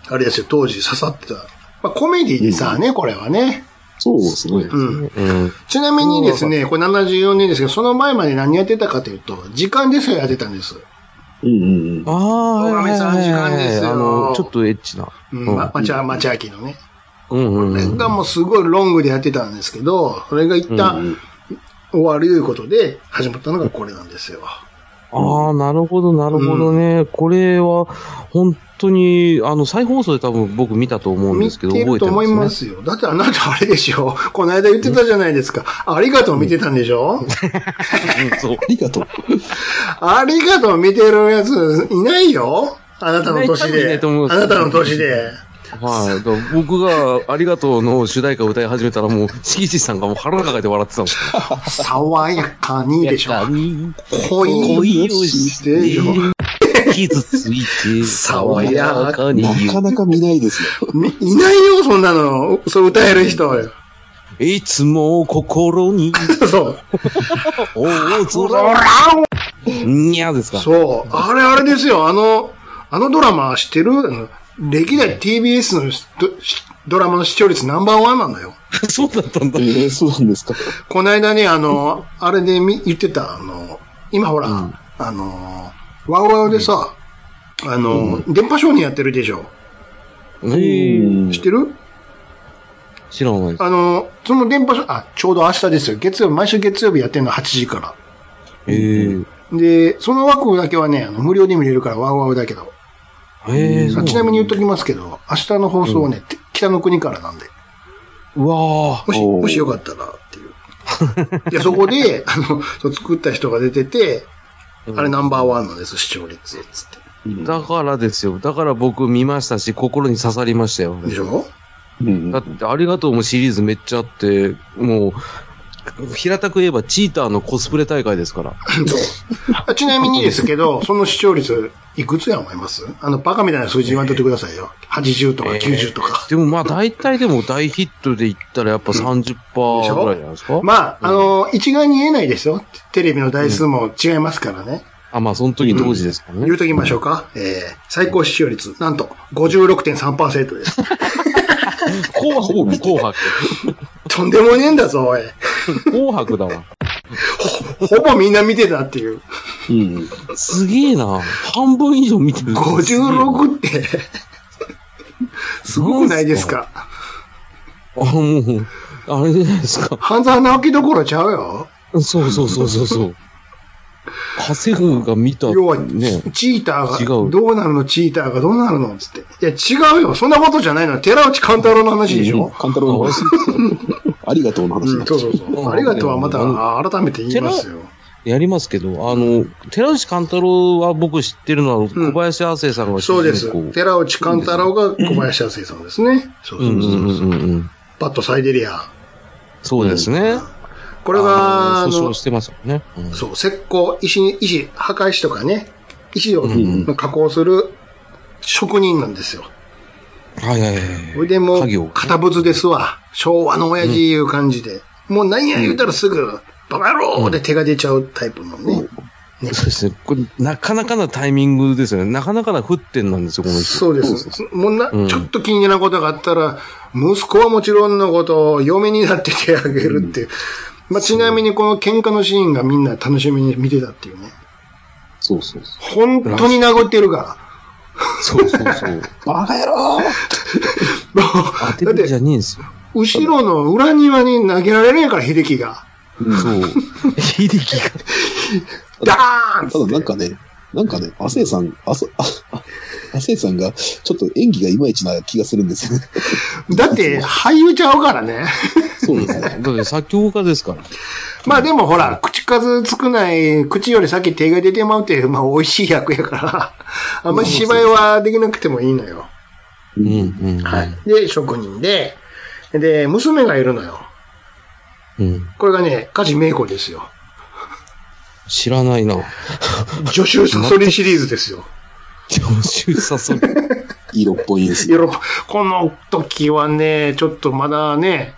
A: あれですよ、当時刺さってた。まあ、コメディでさ、ね、これはね。
C: そうですね。
A: うん。
D: うん。
A: ちなみにですね、これ74年ですけど、その前まで何やってたかというと、時間ですよやってたんです。
C: うんうんうん
D: あ。あ、
A: おかみさん時間ですよ
D: あの、ちょっとエッチな。
A: うん、
D: うん
A: ま、まちゃ、まちゃきのね。
D: うんうんうん。
A: がもうすごいロングでやってたんですけど、それが一
C: うんう
A: 旦
C: ん
A: 終わるということで、始まったのがこれなんですよ。
D: ああ、なるほど、なるほどね。これは、本当に、あの、再放送で多分僕見たと思うんで
A: 見
D: すけど、
A: てると思いま
D: ますね。
A: すよ。だってあなたあれでしょ この間言ってたじゃないですか。ありがとう見てたんでしょ、
D: うん、そう。
C: ありがとう。
A: ありがとう見てるやついないよあなたの年
D: いな
A: で。
D: い多分いないと思うんです
A: あ
D: よ
A: なたの年で。
D: はい。だから僕が、ありがとうの主題歌を歌い始めたら、もう、しぎちさんがもう腹抱えて笑ってたもん。
A: 爽やかにでしょ濃
D: 恋
A: い。
D: をして、傷ついて、
A: 爽やか
D: に
C: なかなか見ないですよ。
A: みいないよ、そんなの。そう歌える人。
D: いつも心に、
A: そう。
D: 大空、にゃーですか。
A: そう。あれあれですよ。あの、あのドラマ知ってるあの歴代 TBS のドしドラマの視聴率ナンバーワンなのよ。
D: そうだったんだ。
C: ええ、そうなんですか。
A: この間ね、あの、あれでみ言ってた、あの、今ほら、あの、ワウワウでさ、あの、電波少年やってるでしょ。
D: えー、
A: 知ってる
D: 知らないです。
A: あの、その電波少、あ、ちょうど明日ですよ。月曜日、毎週月曜日やってるの8時か
D: えー、
A: ら。で、その枠だけはね、あの無料で見れるから、ワウワウだけど。
D: えー、そう
A: あちなみに言っときますけど、明日の放送はね、て北の国からなんで。
D: うわー
A: もし、
C: おー
A: もしよかったらっていう。で、そこで、あの、そう作った人が出てて、あれナンバーワンなんです、視聴率。つっ
D: だからですよ。だから僕見ましたし、心に刺さりましたよ。
A: て。でしょ
C: うん
D: だって、ありがとうもシリーズめっちゃあって、もう、平たく言えばチーターのコスプレ大会ですから。
A: あちなみにですけど、その視聴率、いくつや思いますあの、バカみたいな数字言わんとってくださいよ。80とか90とか。
D: でもまあ大体でも大ヒットで言ったらやっぱ
A: で
D: 30%
A: しょ
D: ぐらいじゃないですか。
A: まあ、あの、一概に言えないですよ。テレビの台数も違いますからね。
D: あ、まあその時当時ですからね。
A: 言うときましょうか。えー、最高視聴率、なんと56.3%です。
D: 紅白、紅白。
A: とんでもねえんだぞ、おい。
D: 紅白だわ。
A: ほぼみんな見てたっていう。
C: うん。
D: すげえな。半分以上見てる。
A: 56って、すごくないですか
D: あ、もう、あれじゃないですか。
A: 半沢直樹どころちゃうよ。
D: そうそうそうそうそう。家政婦が見た、
A: 要は、
D: ね。
A: チーター
D: 違
A: が、
D: う
A: どうなるのチーターがどうなるのつって。いや、違うよ。そんなことじゃないの。寺内勘太郎の話でしょ、
C: カンタロウの話。 ありがとうの話
A: う
C: に
A: ん
C: なっちゃ
A: そううそうそう。ありがとうはまた改めて言いますよ。
D: やりますけど、あの、寺内貫太郎は僕知ってるのは、小林亜生さんが主
A: そう
D: 人
A: です
D: 公。。
A: 寺内勘太郎が小林亜生さんですね。そう
D: う
A: そ
D: ん
A: う
D: う
A: そ
D: ん
A: う
D: う
A: そうん
D: うん。
A: パッとサイデリア。
D: そうですね。
A: これが、あ
D: の訴訟
A: の、
D: してますよね。うん
A: そう、石膏、石に、石、墓石とかね、石を
D: ん
A: 加工する職人なんですよ。
D: はいはいは
A: それでも
D: 家業
A: う、堅物ですわ。昭和の親父いう感じで。もう何や言うたらすぐ、バカ野郎で手が出ちゃうタイプのね。
D: い。そうですね。これ、なかなかなタイミングですよね。なかなかな沸点なんですよ、この人。
A: そうです。もうな、
D: うん
A: ちょっと気に入らなことがあったら、息子はもちろんのこと、嫁になって手あげるっていう。まあ、ちなみにこの喧嘩のシーンがみんな楽しみに見てたっていうね。
C: そうそうそ
A: 本当に殴ってるから。
D: そうそう そう。
C: う。バカ野郎
D: 当て
A: だっ
D: るんじ
A: て、
D: ゃねえんですよ。
A: 後ろの裏庭に投げられるんやから、秀樹が。
D: そう。秀樹が。
A: ダーンった
C: だな
A: つっ
C: ん
A: て。
C: かね、なんかね、亜生さん、あそ、あ、あ亜生さんが、ちょっと演技がいまいちな気がするんですよね。
A: だって、俳優ちゃうからね。
C: そうですね。
D: だって作曲家ですから。
A: まあでもほら、口数少ない、口より先手が出てまうっていう、まあ美味しい役や から、あんまり芝居はできなくてもいいのよ。
D: うんうん。
A: はい。。で、職人で、で、娘がいるのよ。
D: うん。
A: これがね、梶芽子ですよ。
D: 知らないな。
A: 助手サソリシリーズですよ。
D: 教習さそれ。
C: 色っぽいです。
A: 色っぽこの時はね、ちょっとまだね、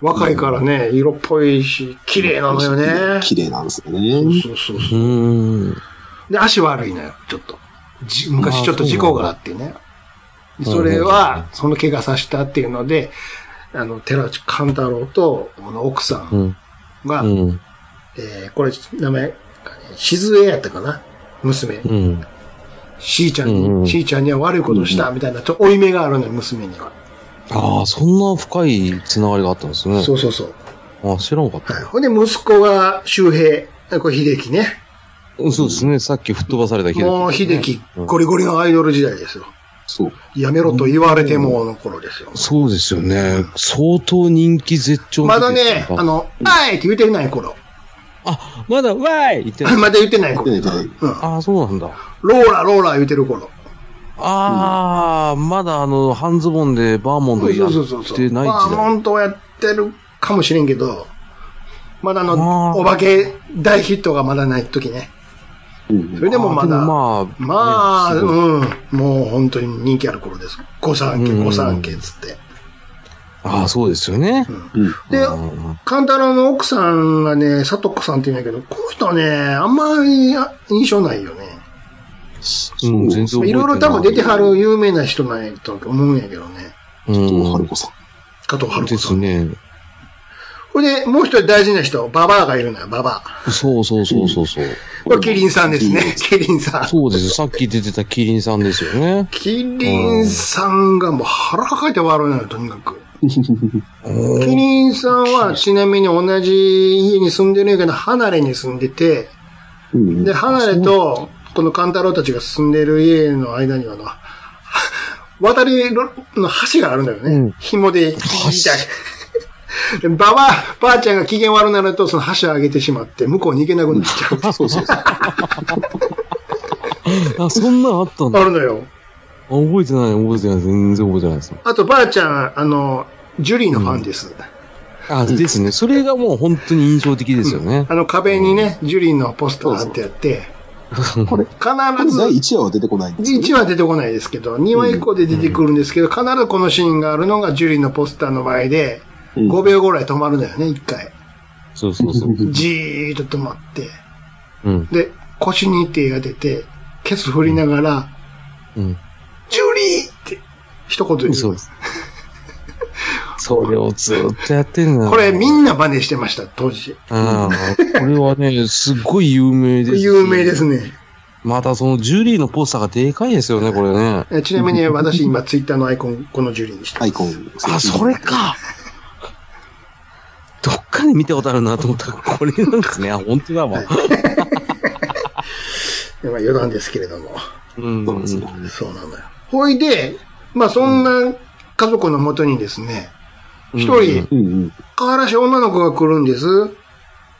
A: 若いからね、色っぽいし、綺麗なのよね。
C: 綺麗なんですよね。
A: そうそう
D: う
A: そ
D: ーん。
A: う。で、足悪いのよ、ちょっと。じ昔
D: あー
A: ちょっと事故があってね。それは、その怪我させたっていうので、あの、寺内勘太郎と、この奥さ
D: うんん。
A: が、
D: うん。
A: えーこれ、名前がね、しずえやったかな娘。
D: うん。
A: しーちゃん
D: うんう
A: に、
D: ん
A: しーちゃんには悪いことした、みたいな、ちょ負い目があるのよ、娘には。
D: ああ、そんな深いつながりがあったんですね。
A: そうそうそう。
D: あ知らなかった。
A: はい。ほんで、息子が周平。これ、秀樹ね。
D: うんそうですね。さっき吹っ飛ばされた秀樹。
A: もう、秀樹、
D: うん
A: ゴリゴリのアイドル時代ですよ。
C: そう。
A: やめろと言われてもの頃ですよ。
D: そうですよね。相当人気絶頂の
A: ま
D: 時
A: だ
D: です
A: ね、
D: から
A: あ、の、あいって言ってない頃。
D: あ、まだ、わーい言っ てない。
A: まだ言ってない頃。
C: で
A: う
C: ね
A: ん。
D: ああ、そうなんだ。
A: ローラ、ローラ言ってる頃。
D: ああ、まだあの、半ズボンでバーモン
A: そ
D: ド
A: う
D: や
A: そう
D: っ
A: そうそうそう。
D: てない
A: まあ、
D: 時代。
A: 本当はやってるかもしれんけど、まだあ
D: あ
A: の、
D: ー
A: お化け大ヒットがまだない時ね。
C: うん
A: それでもまだ。
D: あーでもま
A: まあ、
D: あ、ねすごい
A: うん。もう本当に人気ある頃です。5三家、
D: うん
A: 5三家っつって。
D: ああ、そうですよね。
C: うん。
A: で、
D: うん
A: 勘太郎の奥さんがね、さとこさんって言うんだけど、この人はね、あんまりあ印象ないよね。
D: うん、全然覚えてない
A: いろいろ多分出てはる有名な人なんやと思うんやけどね。
D: うん、
C: 春子さん。
A: 加藤春
D: で
A: 子さ
D: す
A: ん。
D: ね。
A: これで、もう一人大事な人、ババアがいるのよ、ババア。
D: そうそうそうそうそう。
A: これ、キリンさんですね。キリンさん。
D: そうです。さっき出てたキリンさんですよね。
A: キリンさんがもう腹抱えて笑うのよ、とにか く。キリンさんはちなみに同じ家に住んでるんやけど、離れに住んでて、
C: うん
A: で、離れと、このカンタロウたちが住んでる家の間にはな、 渡りの橋があるんだよね。
D: うん
A: 紐で引いた で、ばばあ、ばあちゃんが機嫌悪なると、その橋を上げてしまって、向こうに行けなくなっちゃう。
C: そうそうそう。
D: あ、そんなんあったんだ。あ
A: あるのよ。
D: 覚えてない、覚えてない。全然覚えてないです。
A: あと、ばあちゃん、あの、ジュリーのファンです。
D: あ、ですね。それがもう本当に印象的ですよね。
A: あの、壁にね、ジュリーのポスター貼ってあって、
C: これ、
A: 必ず
C: 第、1話は出てこないんですけど
A: 1話出てこないですけど、2話以降で出てくるんですけど、必ずこのシーンがあるのがジュリーのポスターの前で、
C: うん
A: 5秒ぐらい止まるのよね、1回。
D: そうそう そう。
A: じーっと止まって、
D: うん。
A: で、腰に手が出て、ケツ振りながら、
D: うん。
A: ジュリーって一言言う。
D: そうです。それをずっとやってんの。
A: これみんな真似してました、当時。
D: ああ、これはね、すっごい有名です。
A: 有名ですね。
D: またそのジュリーのポスターがでかいですよね、これね。
A: えちなみに私今ツイッターのアイコン、このジュリーにして
C: ア
A: ま
C: イ
A: す。
C: コン。
D: あ、それか。 どっかで見たことあるなと思ったら、これなんですね。あ、本当だわ。
A: まあ余談ですけれども。
D: うん
C: そうなんですね。
A: そうなのよ。ほいで、まあそんな家族のもとにですね、一人、
C: うんうん。
A: 可愛らしい女の子が来るんです。
D: う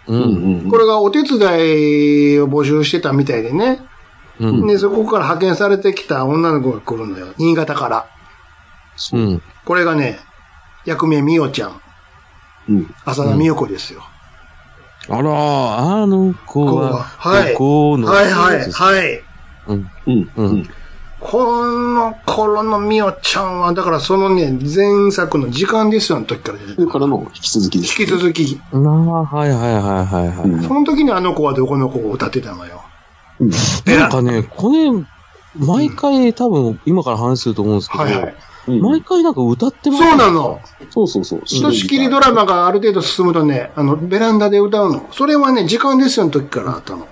C: うん
D: ん。
C: うん。
A: これがお手伝いを募集してたみたいでね。
D: うん。
A: で、そこから派遣されてきた女の子が来るんだよ。新潟から。
C: そうう。
D: ん。
A: これがね、役名みおちゃん。
C: うん。
A: 浅田美代子ですよ。
D: あら、あの子は、
A: はい
D: ここの、
A: はいはい、はい。
D: うん。
C: うん。
D: うん
C: うん。
A: この頃のみおちゃんは、だからそのね、前作の時間ですよの時から出て
C: それ
A: る
C: からの引き続きです。
A: 引き続き、
D: なあ、はいはいはいはいは
C: う
D: い。
C: ん
A: その時にあの子はどこの子を歌ってたのよ。
C: うん。
D: なんかね、これ、毎回多分今から話すると思うんですけど、
A: はいはい。
C: うん
D: 毎回なんか歌ってます
A: そうなの。
C: そうそうそう。
A: ひとしきりドラマがある程度進むとね、あの、ベランダで歌うの。それはね、時間ですよの時からあったの。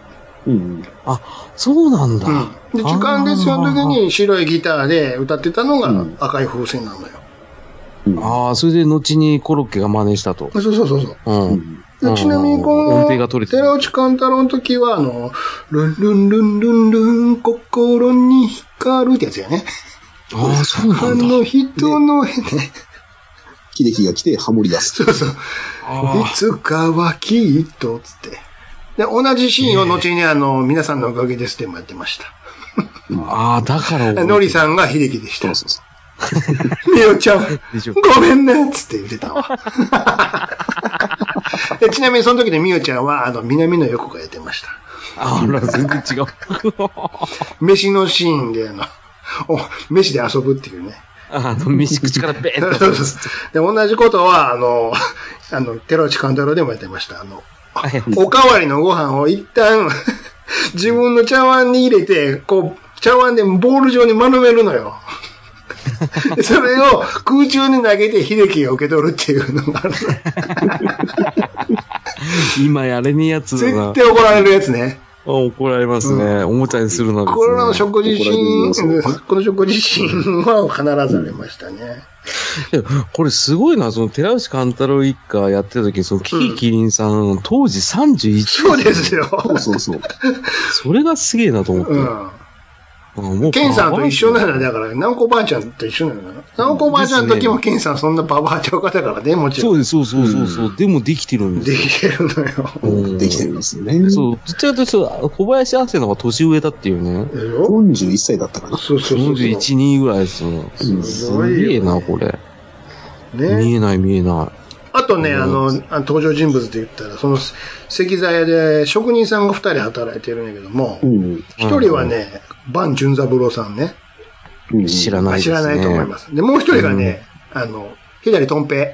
C: うん。
D: あ、そうなんだ。
A: うん。で、時間ですよの時に白いギターで歌ってたのが
C: うん
A: 赤い風船なのよ。
C: うん。
D: ああ、それで後にコロッケが真似したと。
A: そうそうそうそう。
D: うん。
C: うん。
D: うん
A: ちなみにこ
D: 音
A: の
D: 程が取、れてる
A: 寺内勘太郎の時は、あの、ルンルンルンルンルン、心に光るってやつやね。
D: ああ、そう
A: あ
D: なんだ。
A: の人の、ね、
C: 秀樹が来てハモり出す。
A: そうそう。い
D: あ
A: つかはきっと、つって。で、同じシーンを後にあの、皆さんのおかげですでもやってました。
D: あー、だから覚えてる、
A: ノリさんが秀樹でし
C: そ
A: た
C: う。そうそ
A: みおちゃん、
D: でしょ
A: ごめんねっつって言ってた わ。でちなみにその時でみおちゃんは、あの、南野横がやってました。
D: あら、全然違う。
A: 飯のシーンで、あの、 お、飯で遊ぶっていうね。
D: あの、飯口からベーっ
A: そう
D: と。
A: そう で、同じことは、あの、 あの、寺内勘太郎でもやってました。あの、
D: はい
A: おかわりのご飯を一旦、 自分の茶碗に入れて、こう、茶碗でボール状に丸めるの よ。でそれを空中に投げて秀樹が受け取るっていうのがある。
D: 今やれねえやつだな
A: 絶。対怒られるやつね。
D: あ怒られますね。おもちゃにするのですね
A: これの食事シ
C: 怒られる
A: ー
C: よ
A: ン、この食事シーンは必ずありましたね。
D: これすごいな、その、寺内勘太郎一家やってた時、その、キキキリンさん、当時31、
A: そうですよ。
C: う。そうそうそう。
D: それがすげえなと思って。
A: うん。
D: あもう
A: ケンさんと一緒な
D: の
A: んだ、だから、ナオコばあちゃんと一緒なんだな。ナオコばあちゃんの時もケンさんそんなババアちゃう方からね、もち
D: そ
A: ろ。
D: うんです、そうそうそうそう、でもできてるんです
A: できてるのよ。
D: うん
C: できてるんですよね。
D: そう、どちらかというと、小林亜生の方が年上だっていうね。
A: でしょ
C: 41歳だったかな。
A: そうそうそう。
D: 41、2ぐらいですよ。
A: す
D: す
A: ごいよね
D: げえな、これ。見
A: ね。
D: えない見えな
A: あとね、あの、あ登場人物で言ったら、その、石材屋で職人さんが二人働いてるんやけども
C: う、ん。
A: 一人はね、バン淳三郎さんね。
C: うん。
D: い。知ら
A: ま
D: な
A: あ
D: いです
A: 知
D: ね。
A: らないと思います。で、もう一人がね、あの、左とん平。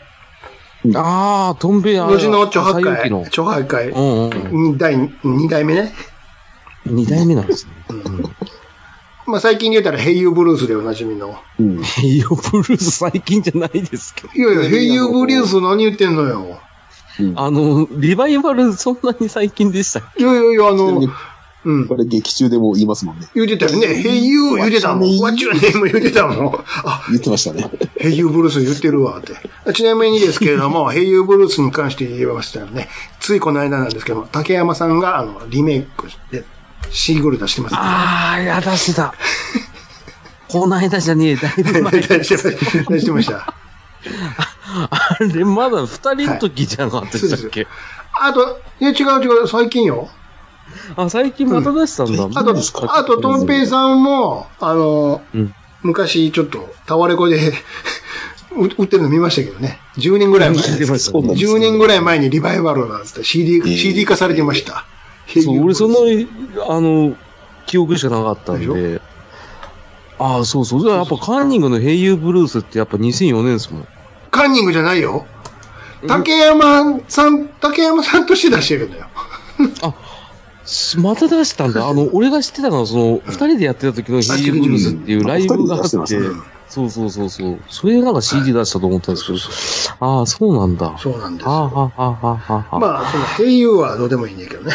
D: ああ、トンベア。
A: 後の著八
D: 西
A: 会
D: 遊記の。
A: 著八会
D: う。んうん。
A: 二代、二代目ね。
D: 二代目なんですね。
A: まあ最近で言ったら、ヘイユーブルースでおなじみの。
C: うん。
D: ヘイヨブルース最近じゃないですけど。
A: いやいや、ヘイユーブリュース何言ってんのよ。
D: あの、リバイバルそんなに最近でしたっけ
A: いやいやいや、あ
C: ちなみ
A: の
C: に、
A: うん
C: こ。れ劇中でも言いますもんね。
A: 言うてたよね。ヘイユー言うてたもん。ワッチューネーム言うてたもん。あ、
C: 言ってましたね。
A: ヘイユーブルース言ってるわって。ちなみにですけれど も、ヘイユーブルースに関して言いましたらね、ついこの間なんですけども、竹山さんがあのリメイクで、シーグル出してます。
D: ああ、や、出してた。 この間じゃねえ、だいぶ前。
A: 出してました。 出してました。
D: あれ、まだ二人の時じゃなかったでしたっけ、
A: あと、いや違う違う、最近よ。
D: あ、最近また出したんだ。
A: あと、あと、とんぺいさんも、あの、
D: うん
A: 昔ちょっと、タワレコで う、売ってるの見ましたけどね。10年ぐらい前
D: 聞いてましたね
C: そうなんです
A: 10年ぐらい前にリバイバルなんつって CD、
C: ええ
A: CD 化されてました。
D: そう、俺そんな
A: の、、
D: あの、記憶しかなかったんで。ああ、そうそう。じゃあやっぱカンニングの英雄ブルースってやっぱ2004年ですもん。
A: カンニングじゃないよ。竹山さん、竹山さんとして出してるんだよ。
D: すまた 出したんだ。あの、俺が知ってたのは、その、二人でやってた時の英雄ブルースっていうライブがあっ
C: あ二人で出してま
D: て
C: すね、
D: そうそうそうそう。それでなんか CD 出したと思ったんですけど。
A: そ
D: ああ、そうなんだ。
A: うなんです
D: ああ、
A: よ。
D: はあ、はあ、はあ。
A: まあ、その、併用はどうでもいいんだけどね。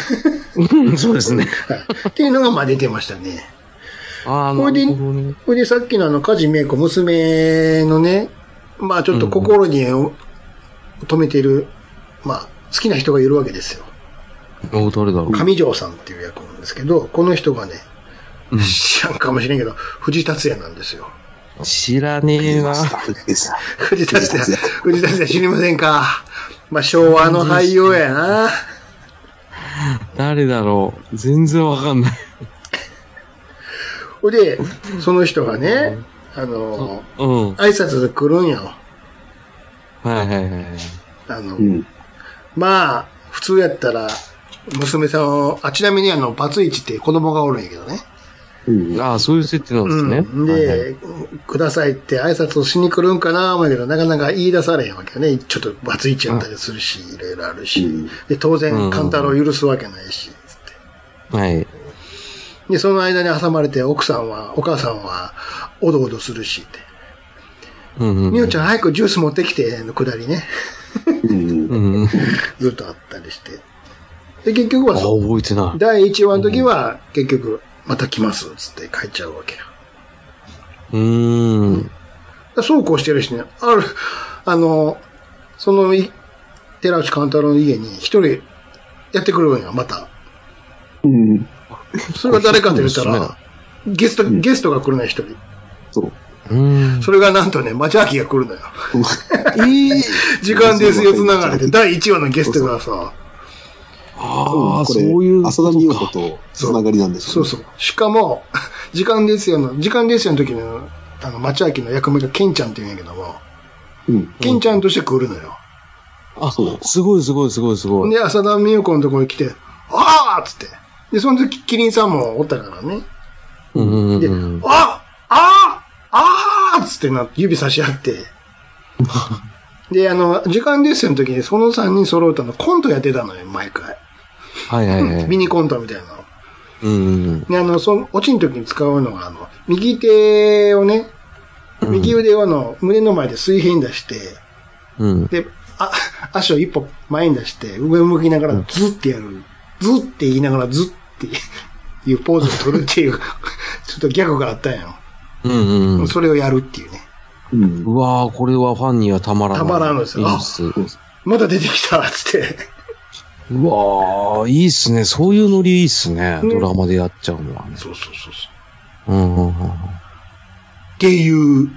D: うんそうですね。
A: はいっていうのが、まあ、出てましたね。
D: ああ、
A: こ
D: な
A: れで
D: るほどね。
A: それでさっきのあの、梶芽子、娘のね、まあちょっと心に止めてる、まあ好きな人がいるわけですよ。
D: お誰だろう。
A: 上条さんっていう役なんですけど、この人がね、
D: うん
A: 知らんかもしれんけど、藤達也なんですよ。
D: 知らねえな。
A: 藤達也
C: 藤達也、
A: 藤達也知りませんか。まあ昭和の俳優やな。
D: 誰だろう。全然わかんない。
A: ほいで、その人がね、あの、
D: うん。は
A: 挨
D: い
A: 拶来るんよ。
D: はいはいはい。
A: あの、
C: うん。
A: まあ、普通やったら、娘さんを、あ、ちなみにあの、バツイチって子供がおるんやけどね。
C: うん。
D: ああ、そういう設定なんですね。
A: うん、で、
D: はいはい
A: くださいって挨拶をしに来るんかな思うけど、なかなか言い出されへんわけよね。ちょっとバツイチやったりするし、いろいろあるし。
C: うん
A: で、当
D: う
A: 然、
D: ん
A: カンタロウ許すわけないし、つって。
D: はい。
A: で、その間に挟まれて、奥さんは、お母さんは、おどおどするし、って。
D: うんうん。
A: みおちゃん早くジュース持ってきて、のくだりね。
C: うん。
D: うん。あ
A: ずっとあったりして。で、結局は
D: あ、
A: そう、
D: 覚えてない。
A: 第1話の時は、結局、また来ます、つって帰っちゃうわけよ。
D: うーん。
A: そうこうしてるしね、ある、あの、そのい、寺内勘太郎の家に一人やってくるんや、また。
C: うん。
A: それが誰かと言った
D: そうです
A: ら、ゲスト、ゲストが来るのよ、一人。
C: そう。
D: うーん。
A: それがなんとね、町秋が来るのよ。
D: ええ。
A: 時間ですよ、つながれて、第1話のゲストがさ、
D: あ
C: こ
D: あ、そ
C: れ
D: ういうこ
C: 浅田美代
D: と
C: 子
D: か。
C: とつながりなんです
A: そうそう。しかも、時間ですよの、時間ですよの時の、あの、町秋の役目がケンちゃんって言うんやけども、
C: う。うん。
A: ケンちゃんとして来るのよ。
D: あ、
C: そう
D: すごいすごいすごいすごい。
A: で、浅田美代子のところに来て、ああっつって。で、その時、キリンさんもおったからね。
D: うんうん
A: で、
D: うん。
A: ああああっつってな、指差し合って。 で、あの、時間ですよの時に、その3人揃うたのコントやってたのよ、毎回。
D: はいはいはい。
A: ミニコントみたいなの。
D: うんうん
A: で、あの、その、落ちの時に使うのが、あの、右手をね、
D: うん
A: 右腕をあの、胸の前で水平に出して、
D: うん。うん。
A: で、あ、足を一歩前に出して、上向きながらズってやる。ズって言いながらズっていうポーズを取るっていう、ちょっとギャグがあったんよ。
D: うんうんうん。
A: それをやるっていうね。
C: うん。
D: うわあ、これはファンにはたまらない。
A: たまらんのですよ
D: いいっす。
A: まだ出てきたっつって。
D: うわあ、いいっすね。そういうノリいいっすね。
A: うん
D: ドラマでやっちゃうのはね。
A: そうそうそうそう。
D: うんうんうん。
A: っていう。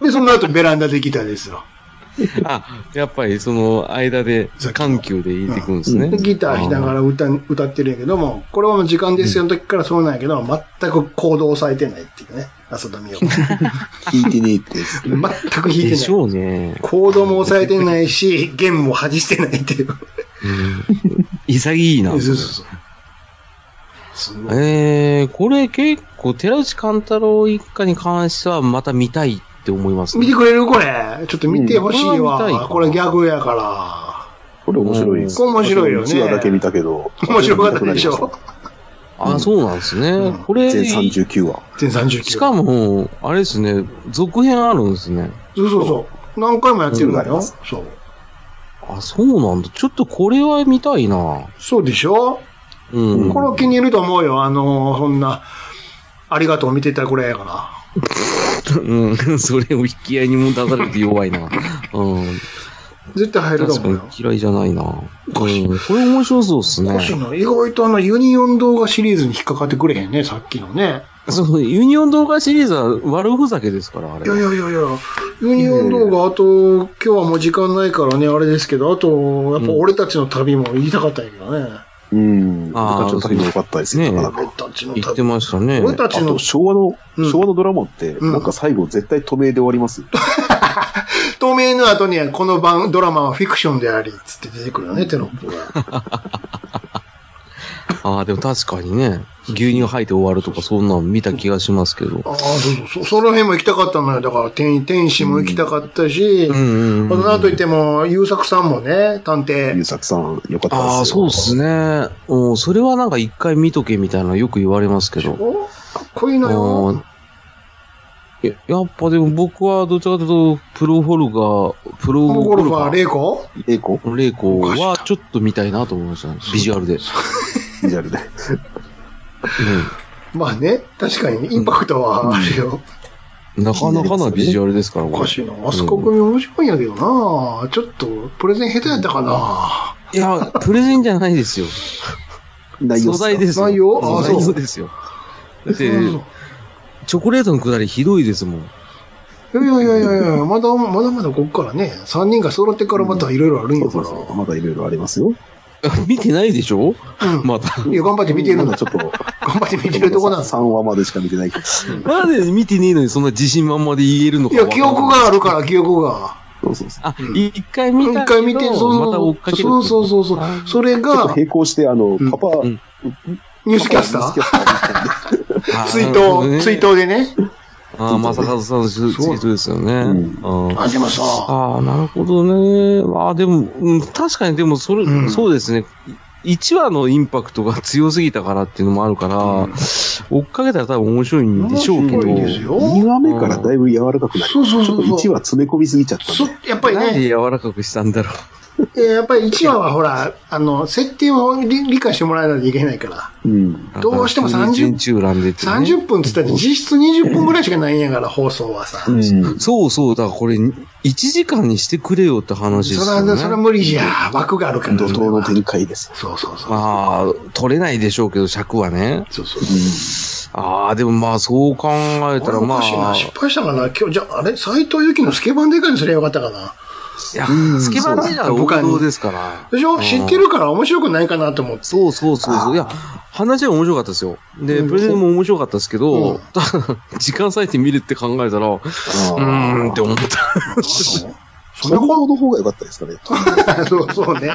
A: で、その後ベランダできたですよ。
D: あ、やっぱりその間で、緩急で入れてくんですね。
A: でギター弾きながら歌歌ってるんやけども、これはもう時間ですよの時からそうなんやけど、全く行動を抑えてないっていうね。浅田美 代子。
C: 聞いてねえってやつ。
A: 全く弾いて
D: で
A: ない
D: し。ょうね。
A: 行動も抑えてない し、弦も外してないっていう。
D: うん 潔いな
A: そう。そうそう。すごい。
D: えー、これ結構、寺内勘太郎一家に関してはまた見たいって思います
A: 見
D: ね
A: て。くれるこれ。ちょっと見てほしい
D: うんこれは見たい
A: わ。
D: か
A: これギャグやから。
C: これ面白いです。
A: これ面白いよね
C: 1話だけ見たけど。
A: 面白かったでしょ。
D: あ、そうなんです
A: う
D: ね
A: ん。
D: これ、
C: 全
D: し
C: 39話。
A: 全39。
D: かも、あれですね、続編あるんですね。
A: そうそうそう。何回もやってるのよ。そう。
D: あ、そうなんだ。ちょっとこれは見たいな。
A: そうでしょ
D: うん。
A: これは気に入ると思うよ。あのー、そんな、ありがとう見てたこれやから。
D: うん、 それを引き合いにも出されて弱いな。うん。
A: 絶対入ると
D: 確か
A: 思う
D: に
A: よ。
D: 嫌いじゃないな。うん、こ
A: かしい
D: れ面白そうですね
A: も。しの、意外とあの、ユニオン動画シリーズに引っかかってくれへんね、さっきのね。
D: そう、ユニオン動画シリーズは悪ふざけですから、あ
A: い
D: れ
A: や
D: は。
A: いやいやいや、ユニオン動画、あと、今日はもう時間ないからね、あれですけど、あと、やっぱ俺たちの旅も言いたかったんやけどね。
C: うん。
D: あー
C: 僕たちの旅も良かったです
D: ね
C: よ。なかな
A: 俺
C: か。
A: たちの
D: 言って
A: 旅。
D: ましたね。
A: 俺
C: あ
A: たちの
C: と、昭和の
A: うん、
C: 昭和のドラマって、
A: うん
C: なんか最後絶対透明で終わりますよ。
A: 透明の後にはこの番、ドラマはフィクションであり、つって出てくるよね、テロッ プが。
D: ああ、でも確かにね、牛乳吐いて終わるとか、そんなの見た気がしますけど。
A: ああ、そうそうそう、その辺も行きたかったのよ。だから、天天使も行きたかったし、
D: うんうん
A: こ
D: う
A: の
D: ん。
A: 後言っても、優作さんもね、探
C: ゆう
A: 偵。
C: さくさん、良かったですよ。
D: ああ、そうっすね。うん、それはなんか一回見とけみたいなのよく言われますけど。
A: おっこいいのよ。
D: いややっぱでも僕はどちらかというと、プロホルガー、プロ
A: ゴ
D: ゴ
A: ル
D: ル
A: フ
D: フ
A: ァ
D: ァ
A: ー、レイコ
C: ええ子
D: ー、レイコはちょっと見たいなと思いましたね。ビジュアルで。
C: ビジュアルで。
A: まあね、確かにインパクトはあるよ。
D: うんなかなかなビジュアルですから、
A: お
D: こ
A: か
D: れ。
A: しいな。あそこ組面白いんやけどな。ちょっと、プレゼン下手やったかな。
D: いや、プレゼンじゃないですよ。
C: 内容
D: 素材です よ。
A: 内容あ
D: うん
A: そう
D: 内容ですよ。だって、
A: そう
D: チョコレートのくだりひどいですもん。
A: いやいやいやいやいや、まだ、まだまだこっからね、3人が揃ってからまたいろいろあるん
C: そ
A: や
C: う
A: か
C: そ
A: ら。
C: うそう。まだいろいろありますよ。
D: 見てないでしょ
A: うん
D: まだ。
A: いや、頑張って見てる
C: ま
A: んだ
C: だ。ちょっと、
A: 頑張って見てるとこなんです。
C: 3話までしか見てないけど。そ
D: まだ見てねえのにそんな自信満々で言えるのか
A: いや、記憶があるから、記憶が。
C: うそうそう。
D: あ、一回見た
A: 一回見て、そう
D: また追っかける。
A: そうそうそうそう。それ
C: ちょっと
A: が、
C: 並行して、あの、パパ、
D: ん
A: ニュースキャスタ
C: パパニュースキャ
A: ー
C: スター
D: あー
A: 追悼、
D: なるほどね
A: 追悼でね。
D: ああ、まさかずさんのツイートですよね。うん
A: あ、でもさ、
D: ああ、なるほどね。まあでも、うん、確かにでもそれ、
A: うん
D: そうですね。1話のインパクトが強すぎたからっていうのもあるから、追っかけたら多分面白いんで
A: 面
D: しょうけど。
A: 白いですよ。
C: 2話目からだいぶ柔らかくなり、
A: そうそう
C: ち
A: そ
C: ょっと
A: う
C: 1
A: そう。
C: 話詰め込みすぎちゃったん
A: そ
C: で。
A: やっぱり
D: なん
A: ね、
D: で柔らかくしたんだろ
A: えーやっぱり1話はほら、あの、設定を理理解してもらわないといけないから。
C: うん。
D: う。
A: どうしても30
D: 順中覧でってね、
A: 30分っつったって実質20分ぐらいしかないんやから、放送はさ。
C: うん。
D: そうそう、だからこれ、1時間にしてくれよって話です
A: それ
D: よね。
A: は、それは無理じゃ。枠があるから。
C: 怒涛の展開ですよ。
A: そうそうそう。
D: まあ、取れないでしょうけど、尺はね。
A: そうそう。
D: ああ、でもまあ、そう考えた
A: あれ
D: ら、
A: お
D: ま
A: かしいな。
D: あ、
A: 失敗したかな今日、じゃあ、あれ斎藤由紀のスケバンデカにすればよかったかない
D: や、スケバンデーは王道ですから。
A: でしょ知ってるから面白くないかなと思って。
D: そうそうそうそう。いや、話は面白かったですよ。で、プレゼンも面白かったですけ
A: うん
D: ど、ただ 時間割いて見るって考えたら、うーんって思った。
A: そうそ
C: そ
A: んな
C: の
A: こ
C: 方の方が良かったですかね。
A: とそうそうね。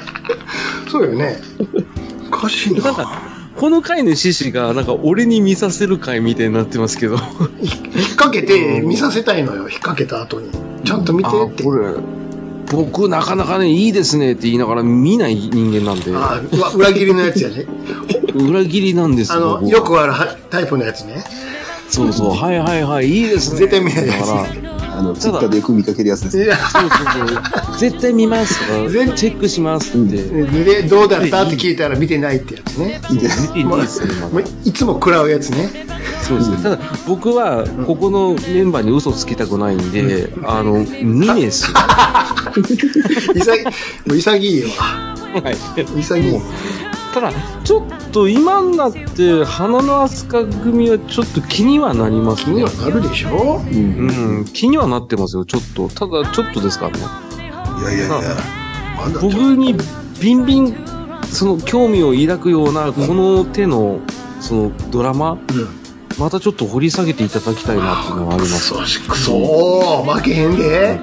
A: そうよね。おかしいな。
D: なんか、この回の趣旨が、なんか俺に見させる回みたいになってますけど。
A: 引っ掛けて見させたいのよ。引っ掛けた後に。ちゃんと見て
D: あ
A: って。
D: これ、僕なかなかね、いいですねって言いながら見ない人間なんで、
A: あうわ裏切りのやつやね。
D: 裏切りなんです
A: あ
D: よ。
A: の、
D: 僕
A: よくあるはタイプのやつね。
D: そうそう、はいはいはい、いいですね。
A: 絶対見ない
D: だ
A: やつ
D: から、
C: あの、ツイッターでよく見かけるやつです
A: い
C: ね。
A: や、
D: そうそうそう、絶対見ますと
A: 絶
D: か、チェックしますって。
A: で、どうだったって聞いたら見てないってやつね。
D: そう見てないですよ、今の
A: もういつも食らうやつね。
D: そうですね。ただ、僕は、ここのメンバーに嘘つきたくないんで、あの、見ねえっすよ。は
A: 潔い、もう潔いわ。
D: い。
A: 潔い。
D: ただ、ちょっと今になって、花の飛鳥組はちょっと気にはなります
A: 気に
D: ね
A: は。なるでしょ
D: うん、気にはなってますよ、ちょっと。ただ、ちょっとですからね。
A: いやいやいや。まだ
D: 僕に、ビンビン、その、興味を抱くような、この手の、その、ドラマ、またちょっと掘り下げていただきたいなっていうのはあります。
A: そうし、くそー負けへんで。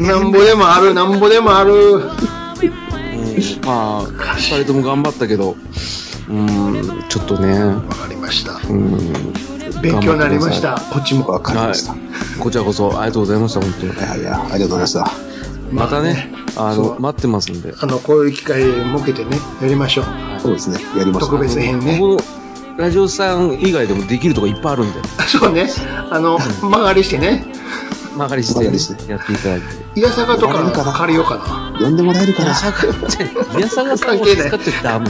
A: なんぼでもある、なんぼでもある。
D: うんまあ、二人とも頑張ったけど、うん、ちょっとね、
A: わかりました。
D: うん、
A: 勉強になりました。こっちも。
C: わかりました。
D: こちらこそありがとうございました、本当に。
C: いやいや、ありがとうございました。
D: またね、あ
A: そ
D: の、
A: う
D: 待ってますんで。
A: あの、こういう機会設けてね、やりましょう。
C: そうですね。やりました
A: 特。別編ね。
D: ここのラジオさん以外でもできるとこいっぱいあるんで、
A: そうね。あの、曲がりしてね。
D: 曲がりし
C: 曲がりして
D: やっていただいて。
A: いやさかと
C: やるか
A: か
C: な
A: 借りようか
C: 呼んでもらえるか
D: い
C: な
D: や、。さか、いやさがさんを使っちゃダメ。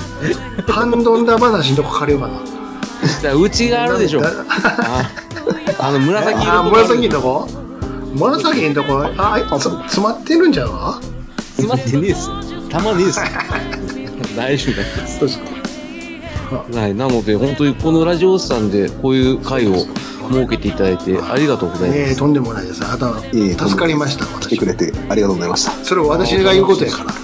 A: な。ハンドンダ話のとこ借りようかな。
D: じゃあうちがある でしょ。
A: だ
D: ああの、紫色
A: あ、
D: とかある
A: 紫のとこ紫のとこ、あ、あいつ詰まってるんじゃんわ
D: 詰まってねえっすよ。たまねえっすよ。大丈夫です。
A: そうですか。
D: はい、なので、本当にこのラジオさんで、こういう会を設けていただいて、ありがとうございます。
A: ええとんでもないです。あなた、
C: ええ
A: 助かりました、
C: 来て
A: 私
C: く。れてありがとうございました。
A: それは私が言うことやから。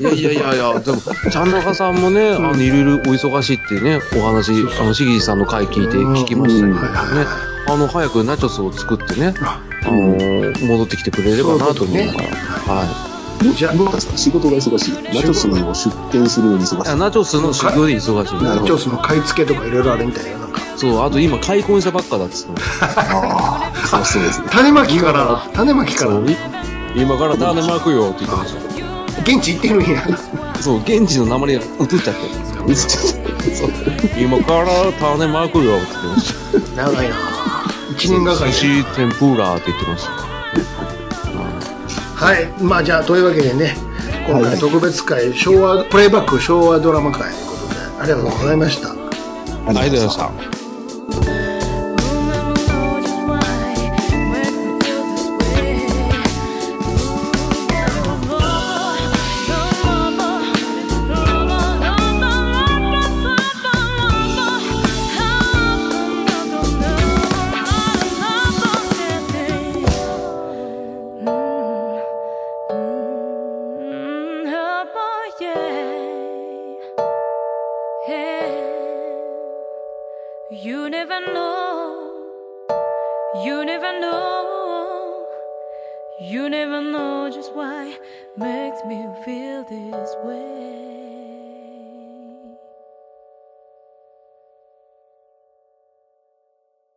D: いやいやいやいや、でも、ちゃん中さんもね、あの、いろいろお忙しいってね、お話、あの、しぎじさんの回聞いて聞きましたけど
A: うんはいはい
D: ね、あの、早くナチョスを作ってね、あの、戻ってきてくれればなと思うから、はい。
A: じゃあ、
C: 仕事が忙しい。ナチョスを出店するのに忙
D: いや
C: し
D: ナチョスの修行で忙しいん
C: なる
D: だよ
C: ほど
A: チョスの買い付けとかいろいろあるみたいよ。なんか、
D: そう、あと今、開墾したばっかだっつって
C: い。そうそう ですね。
A: 種まきから、種まきか
D: そ
A: ら
D: う、、今から種まくよって言ってまし
A: 現地行ってるんや。
D: た。そう、現地の名前が映っちゃって。
C: 見つけちゃっそう
D: 今から種まくよって言ってました。
A: 長いな一年がかり
D: 寿司天ぷらって言ってました。
A: はいまあじゃあというわけでね今
C: は
A: 回
C: い
A: 特別会、昭和プレイバック昭和ドラマ会ということでありがとうございました、
C: あ
D: ありがとうございました。
E: You never know, you never know, you never know just why makes me feel this way.